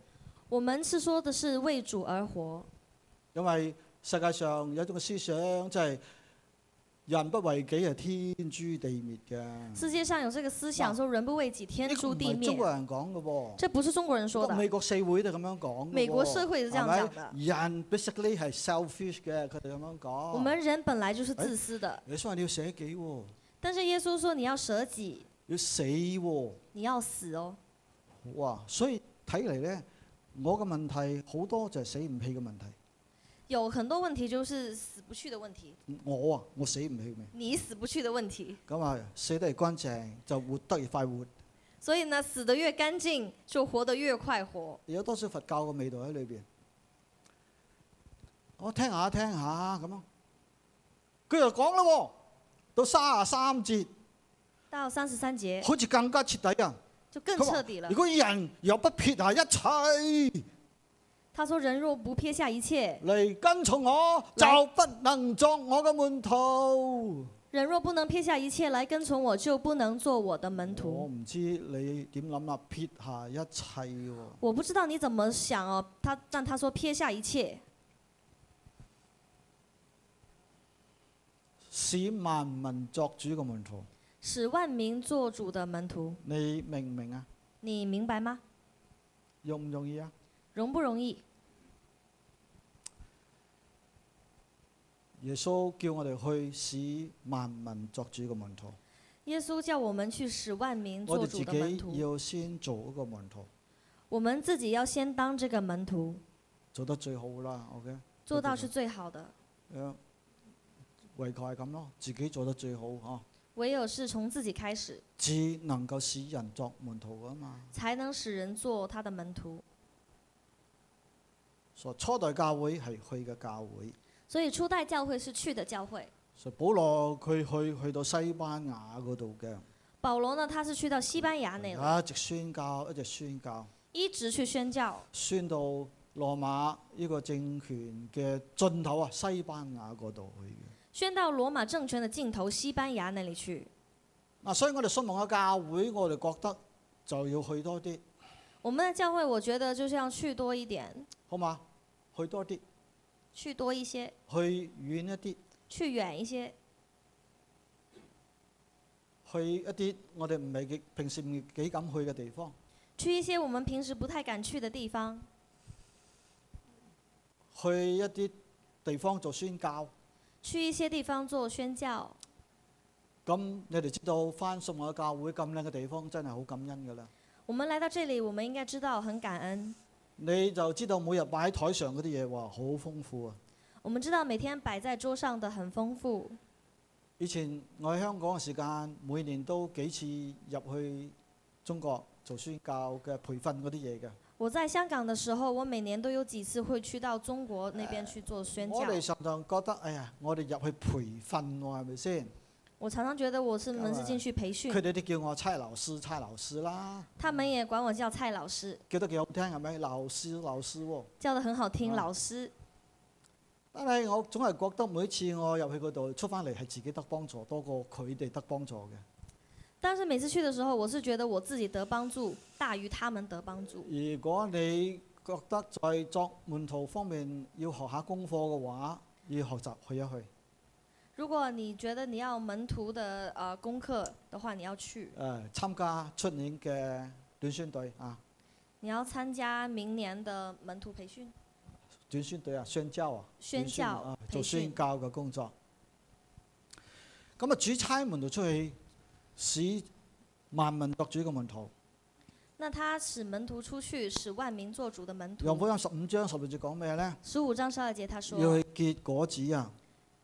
Speaker 2: 我们是说的是为主而活，
Speaker 1: 因為世界上有一種嘅思想就係、人不為己係天诛地滅嘅，呢
Speaker 2: 世界上有这个思想，
Speaker 1: 哇
Speaker 2: 说人不为己，天
Speaker 1: 個
Speaker 2: 诛
Speaker 1: 唔
Speaker 2: 地
Speaker 1: 係中
Speaker 2: 灭
Speaker 1: 國。人講嘅喎。
Speaker 2: 这不是中国人说
Speaker 1: 不過
Speaker 2: 的，
Speaker 1: 美國社會都咁樣講嘅喎，
Speaker 2: 美國社會是這樣講的
Speaker 1: 係咪人 basically 係 selfish 嘅，佢哋咁樣講。
Speaker 2: 我们人本来就是自私的，
Speaker 1: 你話你要捨己喎，
Speaker 2: 但是耶稣说你要舍己，
Speaker 1: 要死喎。
Speaker 2: 你要死哦。
Speaker 1: 哇！所以睇嚟咧，我嘅問題好多就係死唔起嘅問題。
Speaker 2: 有很多问题就是死不去的问题，
Speaker 1: 我啊，我死唔起嘅。
Speaker 2: 你死不去的问题。
Speaker 1: 咁啊，死得越乾淨就活得越快活。
Speaker 2: 所以呢，死得越干净，就活得越快活。
Speaker 1: 有多少佛教嘅味道喺裏邊？啊我聽下聽下咁咯。佢又講啦喎，到三十三節，
Speaker 2: 到三十三节
Speaker 1: 好似更加徹底啊！
Speaker 2: 就更
Speaker 1: 佢話
Speaker 2: 彻底了
Speaker 1: 如。果人若不撇下一切
Speaker 2: 他说：“人若不撇下一切，
Speaker 1: 嚟跟從我，就
Speaker 2: 嚟
Speaker 1: 不能作我嘅門徒。
Speaker 2: 人若不能撇下一切来跟从我，就不能做我的门
Speaker 1: 我
Speaker 2: 徒。
Speaker 1: 唔知你點諗啦，撇下一切喎、”
Speaker 2: 我不知道你怎么想哦。他但他说撇下一切，
Speaker 1: 使萬民作主嘅門徒，
Speaker 2: 使万民做主的门徒，
Speaker 1: 你明唔明啊？
Speaker 2: 你明白吗？
Speaker 1: 容唔容易啊？
Speaker 2: 容不容易？
Speaker 1: 耶穌叫我哋去使萬民作主嘅門徒，
Speaker 2: 耶稣叫我们去使万民
Speaker 1: 我
Speaker 2: 做
Speaker 1: 哋
Speaker 2: 主的门
Speaker 1: 自己
Speaker 2: 徒，
Speaker 1: 要先做一個門徒，
Speaker 2: 我们自己要先当这个门徒，
Speaker 1: 做得最好啦。OK，
Speaker 2: 做到是最好的。
Speaker 1: 誒，唯求係咁咯，自己做得最好嗬，
Speaker 2: 唯有是从自己开始，
Speaker 1: 至能夠使人作門徒啊嘛。
Speaker 2: 才能使人做他的门徒。
Speaker 1: 所以初代教會係去嘅教會，
Speaker 2: 所以初代教会是去的教会。
Speaker 1: 所以保羅佢去去到西班牙嗰度嘅，
Speaker 2: 保罗呢，他是去到西班牙那了，
Speaker 1: 啊一直宣教，一直宣教。
Speaker 2: 一直去宣教，
Speaker 1: 宣到羅馬呢個政權嘅盡頭啊，西班牙嗰度去嘅。
Speaker 2: 宣到罗马政权的尽头西班牙那里去。
Speaker 1: 嗱，所以我哋信望嘅教會，我哋覺得就要去多啲，
Speaker 2: 我们的教会，我觉得就是要去多一点，
Speaker 1: 好嘛？去多啲，
Speaker 2: 去多一些，
Speaker 1: 去遠一啲，
Speaker 2: 去远一些，
Speaker 1: 去一啲我哋唔係幾平時唔幾敢去嘅地方，
Speaker 2: 去一些我们平时不太敢去的地方，
Speaker 1: 去一啲地方做宣教。
Speaker 2: 去一些地方做宣教。
Speaker 1: 咁你哋知道翻信望嘅教會咁靚嘅地方，真係好感恩㗎啦。
Speaker 2: 我们来到这里，我们应该知道很感恩。
Speaker 1: 你就知道每日擺喺台上嗰啲嘢，哇，好豐富啊！
Speaker 2: 我们知道每天摆在桌上的很丰富。
Speaker 1: 以前我喺香港嘅時間，每年都幾次入去中國做宣教嘅培訓嗰啲嘢嘅。
Speaker 2: 我在香港的时候，我每年都有几次会去到中國那邊去做宣教
Speaker 1: 我。哋常常覺得，哎呀，我哋入去培訓喎，係咪先？
Speaker 2: 我常常觉得我是门
Speaker 1: 咁
Speaker 2: 是
Speaker 1: 啊
Speaker 2: 进去培
Speaker 1: 佢
Speaker 2: 訓，
Speaker 1: 哋都叫我差流師，差流師啦，
Speaker 2: 他们也管我叫蔡老師，
Speaker 1: 叫得幾好聽係咪？流師流師喎、
Speaker 2: 叫得很好聽，
Speaker 1: 啊
Speaker 2: 老師。
Speaker 1: 但係我總係覺得每次我入去嗰度出翻嚟係自己得幫助多過佢哋得幫助嘅。
Speaker 2: 但是每次去的时候，我是觉得我自己得幫助大於他們得幫助。
Speaker 1: 如果你覺得在作門徒方面要學下功課嘅話，要學習去一去。
Speaker 2: 如果你觉得你要門徒的呃功課的話，你要去，
Speaker 1: 誒參呃加出年嘅短宣隊啊，
Speaker 2: 你要參加明年的門徒培訓、
Speaker 1: 短宣隊啊，宣教啊，
Speaker 2: 宣
Speaker 1: 短
Speaker 2: 教
Speaker 1: 啊、
Speaker 2: 培
Speaker 1: 做宣
Speaker 2: 訓。
Speaker 1: 教嘅工作。咁啊，主差門徒出去，使萬民作主嘅門徒。
Speaker 2: 那他使門徒出去，使萬民做主的門
Speaker 1: 楊
Speaker 2: 徒。
Speaker 1: 福音十五章十六節講咩咧？
Speaker 2: 十五章十二節他
Speaker 1: 要
Speaker 2: 說，
Speaker 1: 去結果子啊！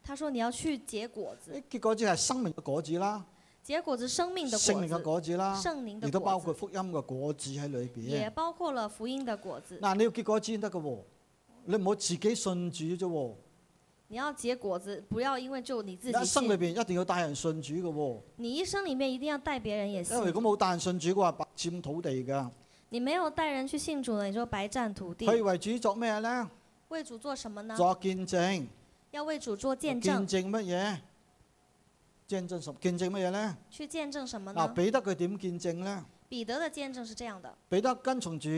Speaker 2: 他說你要去結果子。
Speaker 1: 誒結果子係生命嘅果子啦，
Speaker 2: 结果子生命的
Speaker 1: 聖
Speaker 2: 果
Speaker 1: 靈嘅
Speaker 2: 子，
Speaker 1: 果子啦，
Speaker 2: 圣灵的
Speaker 1: 亦都包
Speaker 2: 果
Speaker 1: 括
Speaker 2: 子，
Speaker 1: 福音嘅果子喺裏
Speaker 2: 也
Speaker 1: 邊。
Speaker 2: 包括了福音的果子。
Speaker 1: 嗱，你要結果子先得嘅喎，你唔好自己信主啫喎。
Speaker 2: 你要结果子，不要因为就你自
Speaker 1: 你一
Speaker 2: 己
Speaker 1: 生裏
Speaker 2: 信，
Speaker 1: 邊一定要帶人信主嘅喎。
Speaker 2: 你一生里面一定要带别人也信
Speaker 1: 因。為如果冇帶人信主嘅話，白佔土地㗎。
Speaker 2: 你没有带人去信主呢，你就白占土地。
Speaker 1: 佢為主作咩咧？
Speaker 2: 为主做什么呢？
Speaker 1: 作見證。
Speaker 2: 要为主做见
Speaker 1: 見
Speaker 2: 证，
Speaker 1: 證乜嘢？見證什見證乜嘢咧？
Speaker 2: 去见证什么
Speaker 1: 嗱，
Speaker 2: 呢？
Speaker 1: 彼得佢點見證咧？
Speaker 2: 彼得的见证是这样的：
Speaker 1: 彼得跟從主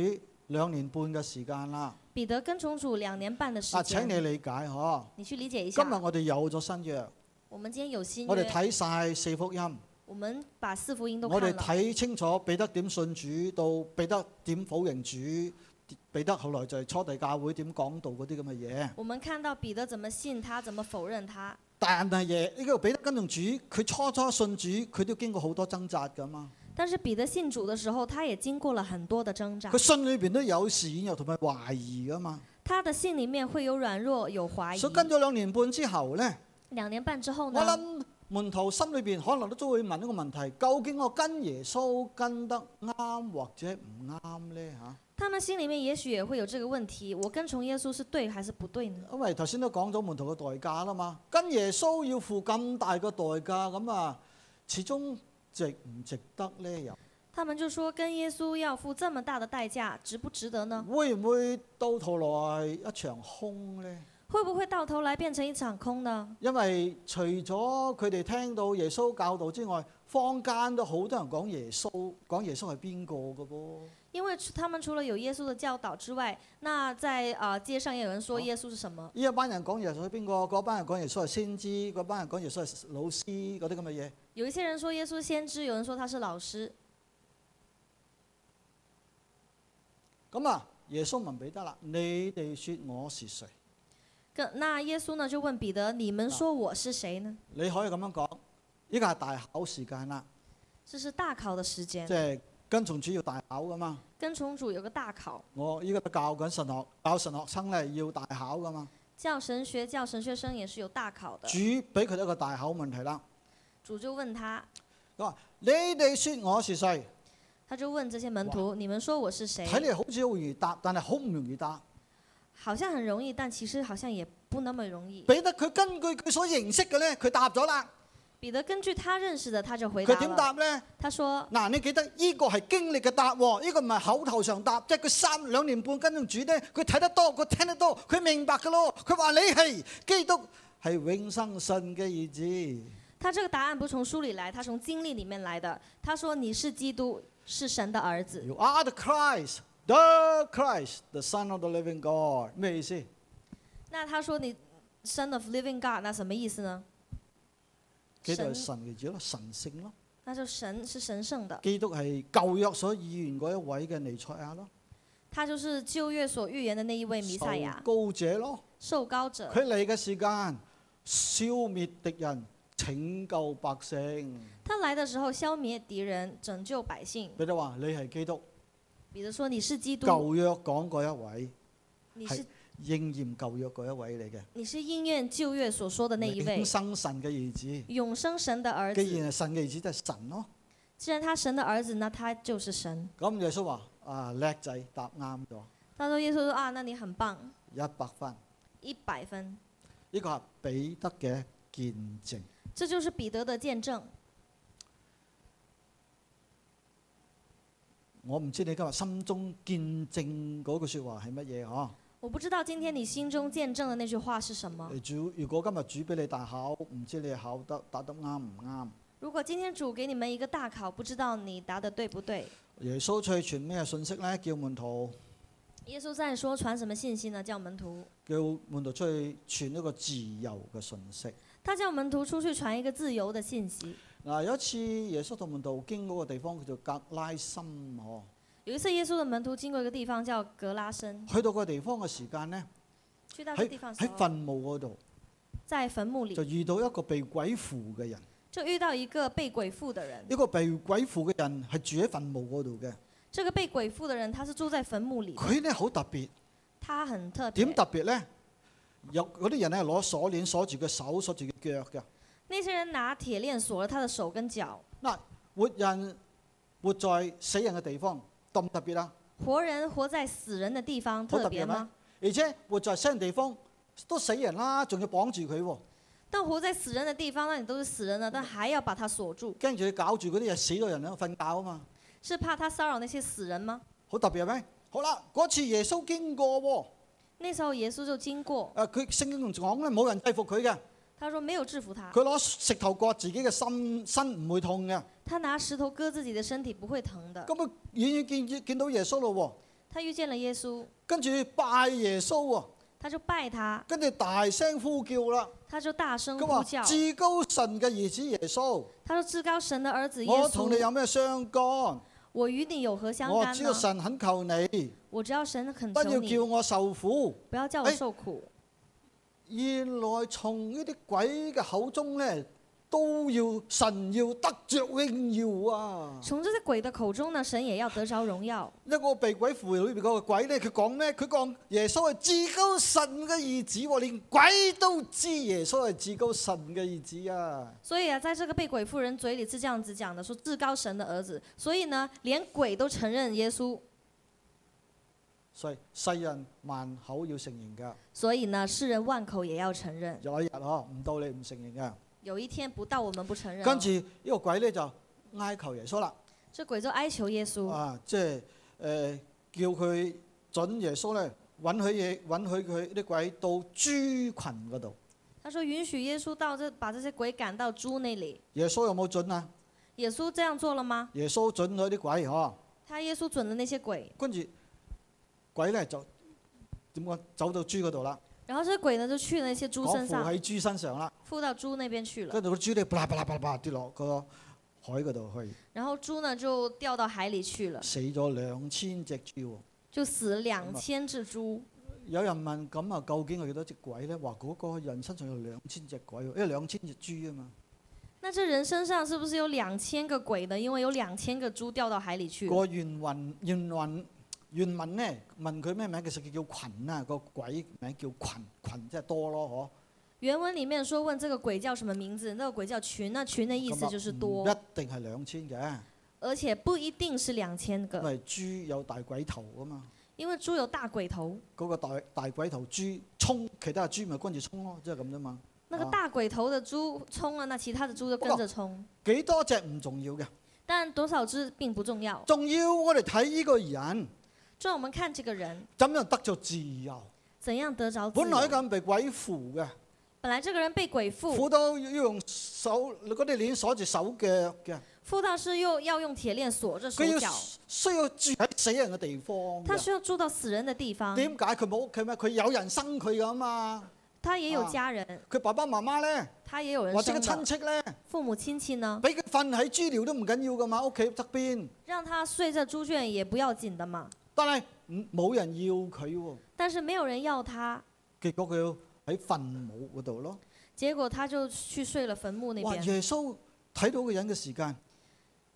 Speaker 1: 兩年半嘅時間啦。
Speaker 2: 彼得跟从主两年半的时
Speaker 1: 啊，請你
Speaker 2: 间，
Speaker 1: 理解嗬。
Speaker 2: 你去理解一
Speaker 1: 今
Speaker 2: 下
Speaker 1: 日。我哋有咗新約，
Speaker 2: 我们今天有新
Speaker 1: 我哋
Speaker 2: 约，
Speaker 1: 睇晒四福音，
Speaker 2: 我们把四福音都
Speaker 1: 我哋
Speaker 2: 看了，
Speaker 1: 睇清楚彼得點信主，到彼得點否認主，彼得後來就係初地教會點講道嗰啲咁嘅嘢。
Speaker 2: 我们看到彼得怎么信他，怎么否认他。
Speaker 1: 但係耶呢個彼得跟從主，佢初初信主，佢都經過好多掙扎噶嘛。
Speaker 2: 但是彼得信主的时候，他也经过了很多的挣扎
Speaker 1: 佢。信裏邊都有善又同埋懷疑噶嘛。
Speaker 2: 他的信里面会有软弱，有怀疑
Speaker 1: 所。以跟咗兩年半之後呢，
Speaker 2: 两年半之后
Speaker 1: 我
Speaker 2: 呢，
Speaker 1: 諗門徒心裏邊可能都都會問一個問題：究竟我跟耶穌跟得啱或者唔啱呢？嚇、
Speaker 2: 他们心里面也许也会有这个问题：我跟从耶稣是對還是不對呢？
Speaker 1: 因為頭先都講咗門徒嘅代價啦嘛，跟耶穌要付咁大嘅代價，咁啊，始終值唔值得呢？又
Speaker 2: 他们就说跟耶稣要付这么大的代價，值不值得呢？
Speaker 1: 會唔會到頭來一場空呢？
Speaker 2: 會不會到頭來變成一場空呢？
Speaker 1: 因為除咗佢哋聽到耶穌教導之外，坊間都好多人講耶穌，講耶穌係邊個嘅噃。
Speaker 2: 因為除他们除了有耶穌的教導之外，那在啊、呃街上也有人說耶穌是什么？
Speaker 1: 呢一班人講耶穌係邊個，嗰班人講耶穌係先知，嗰班人講耶穌係老師嗰啲咁嘅嘢。
Speaker 2: 有一些人說耶穌先知，有人說他是老師。
Speaker 1: 咁啊，耶穌問彼得啦：你哋說我是誰？
Speaker 2: 跟那耶穌呢就問彼得：“你们說我是誰呢
Speaker 1: 你可以咁樣講，依家係大考時間啦，？”
Speaker 2: 这是大考的時間
Speaker 1: 即，係跟從主要大考噶嘛。
Speaker 2: 跟從主有個大考，
Speaker 1: 我依家都教緊神學，教神學生咧要大考噶嘛。
Speaker 2: 教神學教神學生也是有大考的
Speaker 1: 主。俾佢哋一個大考問題啦。
Speaker 2: 主就問他，
Speaker 1: 你哋說我是誰？
Speaker 2: 他就問這些門徒：“你们說我是誰？”
Speaker 1: 睇嚟好似好容易答，但係好唔容易答。
Speaker 2: 好像很容易，但其實好像也不那麼容易。
Speaker 1: 彼得佢根據佢所認識嘅咧，佢答咗啦。
Speaker 2: 彼得根據他認識的，他就回答
Speaker 1: 佢點
Speaker 2: 了。
Speaker 1: 答咧？
Speaker 2: 他說
Speaker 1: 嗱，你記得呢個係經歷嘅答喎，呢、個唔係口頭上答，即係佢三兩年半跟住主咧，佢睇得多，佢聽得多，佢明白嘅咯。佢話你係基督，係永生神嘅兒子。
Speaker 2: 他這個答案不是從書裡來，他從經歷裡面來的。他說：“你是基督，是神的兒子，
Speaker 1: You are the Christ, the Christ, the Son of the Living God。咩意思？
Speaker 2: 那他说你 Son of Living God，那什么意思呢？
Speaker 1: 基督係
Speaker 2: 神，
Speaker 1: 神嘅兒子咯，神聖咯。
Speaker 2: 那就神是神圣的，
Speaker 1: 基督係舊約所預言嗰一位嘅尼賽亞咯，
Speaker 2: 他就是旧约所预言的那一位弥赛亚
Speaker 1: 受，高者咯。
Speaker 2: 受膏者。
Speaker 1: 佢嚟嘅時間，消滅敵人，拯救百姓。
Speaker 2: 他来的时候消灭敵人，拯救百姓。
Speaker 1: 彼得話：你係基督。
Speaker 2: 比如说你是基督，
Speaker 1: 舊約講嗰一位，
Speaker 2: 你是
Speaker 1: 應驗舊約嗰一位嚟嘅，
Speaker 2: 你是應驗舊約所说的那一位
Speaker 1: 永，生神嘅兒子。
Speaker 2: 永生神的兒
Speaker 1: 既
Speaker 2: 子。
Speaker 1: 然係神嘅兒子，就係神咯。
Speaker 2: 既然他神的兒子，那他就是神。
Speaker 1: 咁耶穌話：啊叻仔，答啱咗，
Speaker 2: 他说耶穌说啊，那你很棒，
Speaker 1: 一百分。
Speaker 2: 一百分。
Speaker 1: 呢個係彼得嘅見證。
Speaker 2: 这就是彼得的見證。
Speaker 1: 我唔知你今日心中見證嗰句説話係乜嘢嗬？
Speaker 2: 我不知道今天你心中見證的那句話是什么。
Speaker 1: 主，如果今日主俾你大考，唔知你考得答得啱唔啱？
Speaker 2: 如果今天主给你们一个大考，不知道你答的对不对？
Speaker 1: 耶穌出去傳咩信息呢？叫門徒，
Speaker 2: 耶稣在说传什么信息呢？叫门徒，
Speaker 1: 叫門徒出去傳一個自由嘅信息。
Speaker 2: 他叫门徒出去传一个自由的信息。
Speaker 1: 嗱，有一次耶穌同門徒經嗰個地方叫做格拉森嗬，
Speaker 2: 有一次，耶稣的门徒经过一个地方叫格拉森，
Speaker 1: 去到個地方嘅時間呢，
Speaker 2: 去到这个地方的
Speaker 1: 喺
Speaker 2: 时候，
Speaker 1: 墳墓嗰度
Speaker 2: 在墳墓里
Speaker 1: 就遇到一個被鬼附嘅人，
Speaker 2: 就遇到一个被鬼附的人。
Speaker 1: 一個被鬼附嘅人係住喺墳墓嗰度嘅，
Speaker 2: 这个被鬼附的人，他是住在墳墓里，
Speaker 1: 佢呢好特別，
Speaker 2: 他很特别
Speaker 1: 點。特別呢？有嗰啲人咧攞鎖鏈鎖住佢手，鎖住佢腳嘅。
Speaker 2: 那些人拿铁链锁了他的手跟脚，
Speaker 1: 活人活在死人嘅地方，特唔特別啊？
Speaker 2: 活人活在死人的地方，
Speaker 1: 好特
Speaker 2: 特
Speaker 1: 别
Speaker 2: 别
Speaker 1: 吗
Speaker 2: 吗？
Speaker 1: 而且活在死人地方都死人啦，仲要綁住佢喎，
Speaker 2: 但活在死人的地方，那你都是死人了，但还要把他锁住，
Speaker 1: 跟住佢搞住嗰啲嘢死咗人喺度瞓覺啊嘛。
Speaker 2: 是怕他骚扰那些死人吗？
Speaker 1: 好特別係咩？好啦，嗰次耶穌經過喎，
Speaker 2: 那時候耶穌就經過，
Speaker 1: 誒佢聖經仲講咧，冇人制服佢嘅，
Speaker 2: 他說沒有制服他，
Speaker 1: 佢攞石頭割自己嘅心，身唔會痛嘅。
Speaker 2: 他拿石頭割自己的身體不會疼的。
Speaker 1: 咁佢遠遠見見見到耶穌咯
Speaker 2: 他遇見了耶穌，
Speaker 1: 喎，跟住拜耶穌喎，
Speaker 2: 他就拜他，
Speaker 1: 跟住大聲呼叫啦，
Speaker 2: 他就大聲
Speaker 1: 佢
Speaker 2: 呼
Speaker 1: 話
Speaker 2: 叫，
Speaker 1: 至高神嘅兒子耶穌，
Speaker 2: 他說至高神的兒子耶
Speaker 1: 我同你
Speaker 2: 穌，
Speaker 1: 有咩相干？
Speaker 2: 我與你有何相
Speaker 1: 我
Speaker 2: 干啊嗯
Speaker 1: 知
Speaker 2: 呢
Speaker 1: 道？神肯求你，
Speaker 2: 我只要神肯
Speaker 1: 不
Speaker 2: 求
Speaker 1: 要叫
Speaker 2: 你，
Speaker 1: 我受苦。
Speaker 2: 不要哎叫我受苦。
Speaker 1: 原來從呢啲鬼嘅口中咧，都要神要得着榮耀啊！
Speaker 2: 从这些鬼的口中呢，神也要得着荣耀。
Speaker 1: 一個被鬼附裏邊嗰個鬼咧，佢講咩？佢講耶穌係至高神嘅兒子喎，連鬼都知耶穌係至高神嘅兒子啊！
Speaker 2: 所以啊，在这个被鬼妇人嘴里是这样子讲的，说至高神的儿子。所以呢，连鬼都承认耶稣。
Speaker 1: 所以世人萬口要承認㗎，
Speaker 2: 所以呢，世人万口也要承认。
Speaker 1: 有一日呵，唔到你唔承認㗎。
Speaker 2: 有一天不到我们不承认、哦
Speaker 1: 跟住，呢個鬼咧就哀求耶穌啦，
Speaker 2: 这鬼就哀求耶稣，
Speaker 1: 啊，即係誒、呃叫佢準耶穌咧允許耶允許佢啲鬼到豬群嗰度。
Speaker 2: 他说允许耶稣到这把这些鬼赶到猪那里。
Speaker 1: 耶穌有冇準啊？
Speaker 2: 耶稣这样做了吗？
Speaker 1: 耶穌準咗啲鬼呵。
Speaker 2: 他耶稣准了那些鬼，
Speaker 1: 跟住鬼咧就點講？走到豬嗰度啦，
Speaker 2: 然后这鬼呢就去了那些
Speaker 1: 我
Speaker 2: 猪
Speaker 1: 附
Speaker 2: 身上，
Speaker 1: 喺豬身上啦，
Speaker 2: 附到猪那边去了。
Speaker 1: 跟住個豬咧，啪啦啪啦啪啦啪啦跌落個海嗰度去，
Speaker 2: 然后猪呢就掉到海里去了，
Speaker 1: 死咗兩千隻豬喎。
Speaker 2: 就死两千只猪。
Speaker 1: 有人問咁啊，究竟有幾多隻鬼咧？話嗰個人身上有兩千隻鬼喎，因為兩千隻豬啊嘛。
Speaker 2: 那这人身上是不是有两千个鬼呢？因为有两千个猪掉到海里去。
Speaker 1: 個原文原文原文咧問佢咩名，其實佢叫群啊，個鬼名叫群，群即係多咯，
Speaker 2: 原文里面说问这个鬼叫什么名字，那个鬼叫群，那群的
Speaker 1: 嗬。
Speaker 2: 意思就是
Speaker 1: 咁
Speaker 2: 多，呃
Speaker 1: 啊唔一定係兩千嘅，
Speaker 2: 而且不一定是两千
Speaker 1: 因
Speaker 2: 个，
Speaker 1: 為豬有大鬼頭啊嘛。
Speaker 2: 因为猪有大鬼头，
Speaker 1: 嗰個大大鬼頭豬衝，其他嘅豬咪跟住衝咯，即係咁啫嘛。
Speaker 2: 那个
Speaker 1: 啊
Speaker 2: 大鬼头的猪冲了，那其他的猪就跟着冲。
Speaker 1: 幾多隻唔重要嘅，
Speaker 2: 但多少只并不重要，
Speaker 1: 重要我哋睇呢個人
Speaker 2: 重要我们看这个人
Speaker 1: 怎樣得咗自由。
Speaker 2: 怎样得着自
Speaker 1: 本來一
Speaker 2: 由。
Speaker 1: 個人被鬼附嘅，
Speaker 2: 本来这个人被鬼附，
Speaker 1: 附到要用手嗰啲鏈鎖住手腳嘅，
Speaker 2: 附到是又要用鐵鏈鎖着手
Speaker 1: 佢要
Speaker 2: 脚，
Speaker 1: 需要住喺死人嘅地方
Speaker 2: 他
Speaker 1: 嘅。
Speaker 2: 需要住到死人的地方，
Speaker 1: 點解佢冇屋企咩？佢有人生佢噶嘛？
Speaker 2: 他也有
Speaker 1: 啊
Speaker 2: 家人，
Speaker 1: 佢爸爸媽媽咧，
Speaker 2: 他也有人
Speaker 1: 或者
Speaker 2: 生啊
Speaker 1: 佢
Speaker 2: 的
Speaker 1: 親戚咧，
Speaker 2: 父母親戚呢，
Speaker 1: 俾佢瞓喺豬寮都唔緊要噶嘛，屋企側邊。
Speaker 2: 让他睡在猪圈也不要紧的嘛。
Speaker 1: 但係唔冇人要佢喎。
Speaker 2: 但是没有人要他，
Speaker 1: 結果佢要喺墳墓嗰度咯。
Speaker 2: 结果他就去睡了墳墓那
Speaker 1: 哇！
Speaker 2: 边。
Speaker 1: 耶穌睇到個人嘅時間，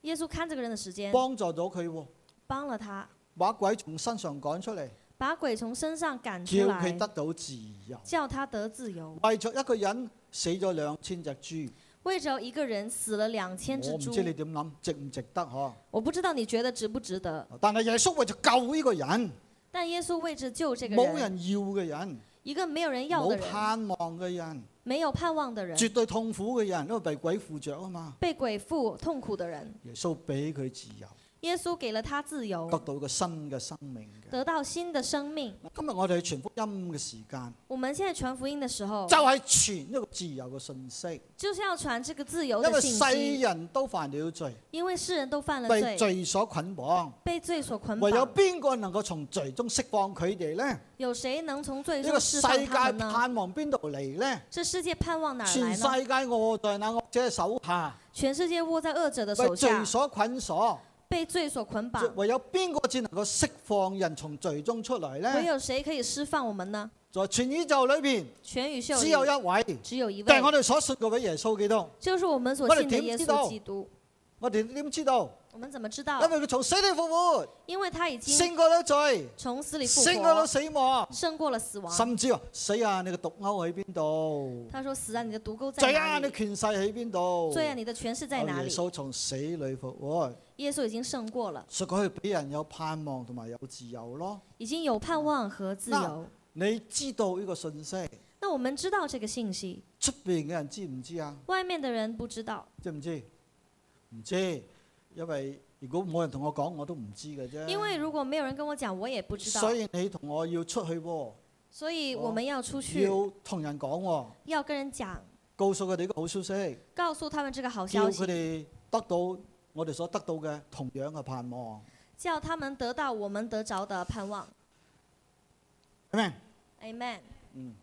Speaker 2: 耶穌看这個人的时间，
Speaker 1: 幫助咗佢喎，
Speaker 2: 幫了他，
Speaker 1: 把鬼從身上趕出嚟，
Speaker 2: 把鬼從身上趕
Speaker 1: 叫
Speaker 2: 出
Speaker 1: 佢
Speaker 2: 來，
Speaker 1: 得到自由。
Speaker 2: 叫他得自由。
Speaker 1: 為咗一個人死咗兩千隻豬，
Speaker 2: 为着一個人死了两千只
Speaker 1: 我唔
Speaker 2: 豬
Speaker 1: 知，你點諗，值唔值得嗬？
Speaker 2: 我不知道你覺得值不值得。
Speaker 1: 但係耶穌為咗救呢個人，
Speaker 2: 但耶穌為着救这個
Speaker 1: 冇
Speaker 2: 人，
Speaker 1: 人要嘅人，
Speaker 2: 一個沒有人要的
Speaker 1: 冇
Speaker 2: 人，
Speaker 1: 盼望嘅人，
Speaker 2: 沒有盼望的人，
Speaker 1: 絕對痛苦嘅人，因為被鬼附着啊嘛。
Speaker 2: 被鬼附痛苦的人，
Speaker 1: 耶穌俾佢自由，
Speaker 2: 耶穌給了他自
Speaker 1: 得
Speaker 2: 由，
Speaker 1: 到個新嘅生命嘅。
Speaker 2: 得到新的生命。
Speaker 1: 今日我哋去傳福音嘅時間，
Speaker 2: 我们现在传福音的时候
Speaker 1: 就，係傳一個自由嘅信息。
Speaker 2: 就是要传这个自由
Speaker 1: 因
Speaker 2: 的
Speaker 1: 為
Speaker 2: 信
Speaker 1: 世
Speaker 2: 息，
Speaker 1: 人都犯了罪，
Speaker 2: 因为世人都犯了
Speaker 1: 被
Speaker 2: 罪，
Speaker 1: 罪所捆綁。
Speaker 2: 被罪所捆
Speaker 1: 唯有
Speaker 2: 绑。
Speaker 1: 邊個能夠從罪中釋放佢哋呢？呢
Speaker 2: 有谁能从罪
Speaker 1: 個
Speaker 2: 中
Speaker 1: 世
Speaker 2: 释
Speaker 1: 界
Speaker 2: 放他们呢？
Speaker 1: 盼望邊度嚟呢？
Speaker 2: 这世界盼望哪儿
Speaker 1: 全
Speaker 2: 来
Speaker 1: 世
Speaker 2: 呢？
Speaker 1: 界卧在那惡者手下，
Speaker 2: 全世界握在恶者的手
Speaker 1: 被罪
Speaker 2: 下，
Speaker 1: 所捆鎖。
Speaker 2: 被罪所捆绑。
Speaker 1: 唯有邊個至能夠釋放人從罪中出嚟
Speaker 2: 唯
Speaker 1: 呢？
Speaker 2: 有谁可以释放我们呢？
Speaker 1: 在全宇宙裏边，
Speaker 2: 全宇宙
Speaker 1: 只
Speaker 2: 里
Speaker 1: 有一位，
Speaker 2: 只有一
Speaker 1: 就係我
Speaker 2: 位，
Speaker 1: 哋所信嗰位耶穌基督。
Speaker 2: 就是我们所
Speaker 1: 我哋
Speaker 2: 信的
Speaker 1: 點
Speaker 2: 耶
Speaker 1: 知道
Speaker 2: 稣基督。
Speaker 1: 我哋點知道？
Speaker 2: 我们怎么知
Speaker 1: 因
Speaker 2: 道？
Speaker 1: 為佢從死裏復活，
Speaker 2: 因为哦他已经
Speaker 1: 勝過咗罪，
Speaker 2: 从死里复
Speaker 1: 勝過咗
Speaker 2: 活，
Speaker 1: 死亡。
Speaker 2: 胜过了死亡。
Speaker 1: 甚至話死啊！你嘅毒鈎喺邊度？
Speaker 2: 他说：“死啊，你的毒钩在
Speaker 1: 罪啊！
Speaker 2: 哪
Speaker 1: 你
Speaker 2: 里？
Speaker 1: 權勢喺邊度？
Speaker 2: 罪啊，你的权势在哪
Speaker 1: 哦耶
Speaker 2: 里
Speaker 1: 穌從死裏復活，？”
Speaker 2: 耶穌已经胜过了，
Speaker 1: 所以佢俾人有盼望同埋有自由咯。
Speaker 2: 已经有盼望和自
Speaker 1: 那
Speaker 2: 由。
Speaker 1: 你知道呢個信息，
Speaker 2: 那我们知道这个信息，
Speaker 1: 出邊嘅人知唔知啊？
Speaker 2: 外面的人不知道，
Speaker 1: 知唔知？唔知，因為如果冇人同我講，我都唔知嘅啫。
Speaker 2: 因为如果没有人跟我讲，我也不知道
Speaker 1: 嗯所。以你同我要出去喎，
Speaker 2: 所以
Speaker 1: 哦
Speaker 2: 我们要出去，
Speaker 1: 要同人講喎，
Speaker 2: 要跟人讲，
Speaker 1: 告訴佢哋一個好消息，
Speaker 2: 告诉他们这个好
Speaker 1: 叫
Speaker 2: 消
Speaker 1: 佢
Speaker 2: 息，
Speaker 1: 哋得到我哋所得到嘅同樣嘅盼望。
Speaker 2: 叫他们得到我们得着的盼望。
Speaker 1: Amen
Speaker 2: Amen。
Speaker 1: 嗯，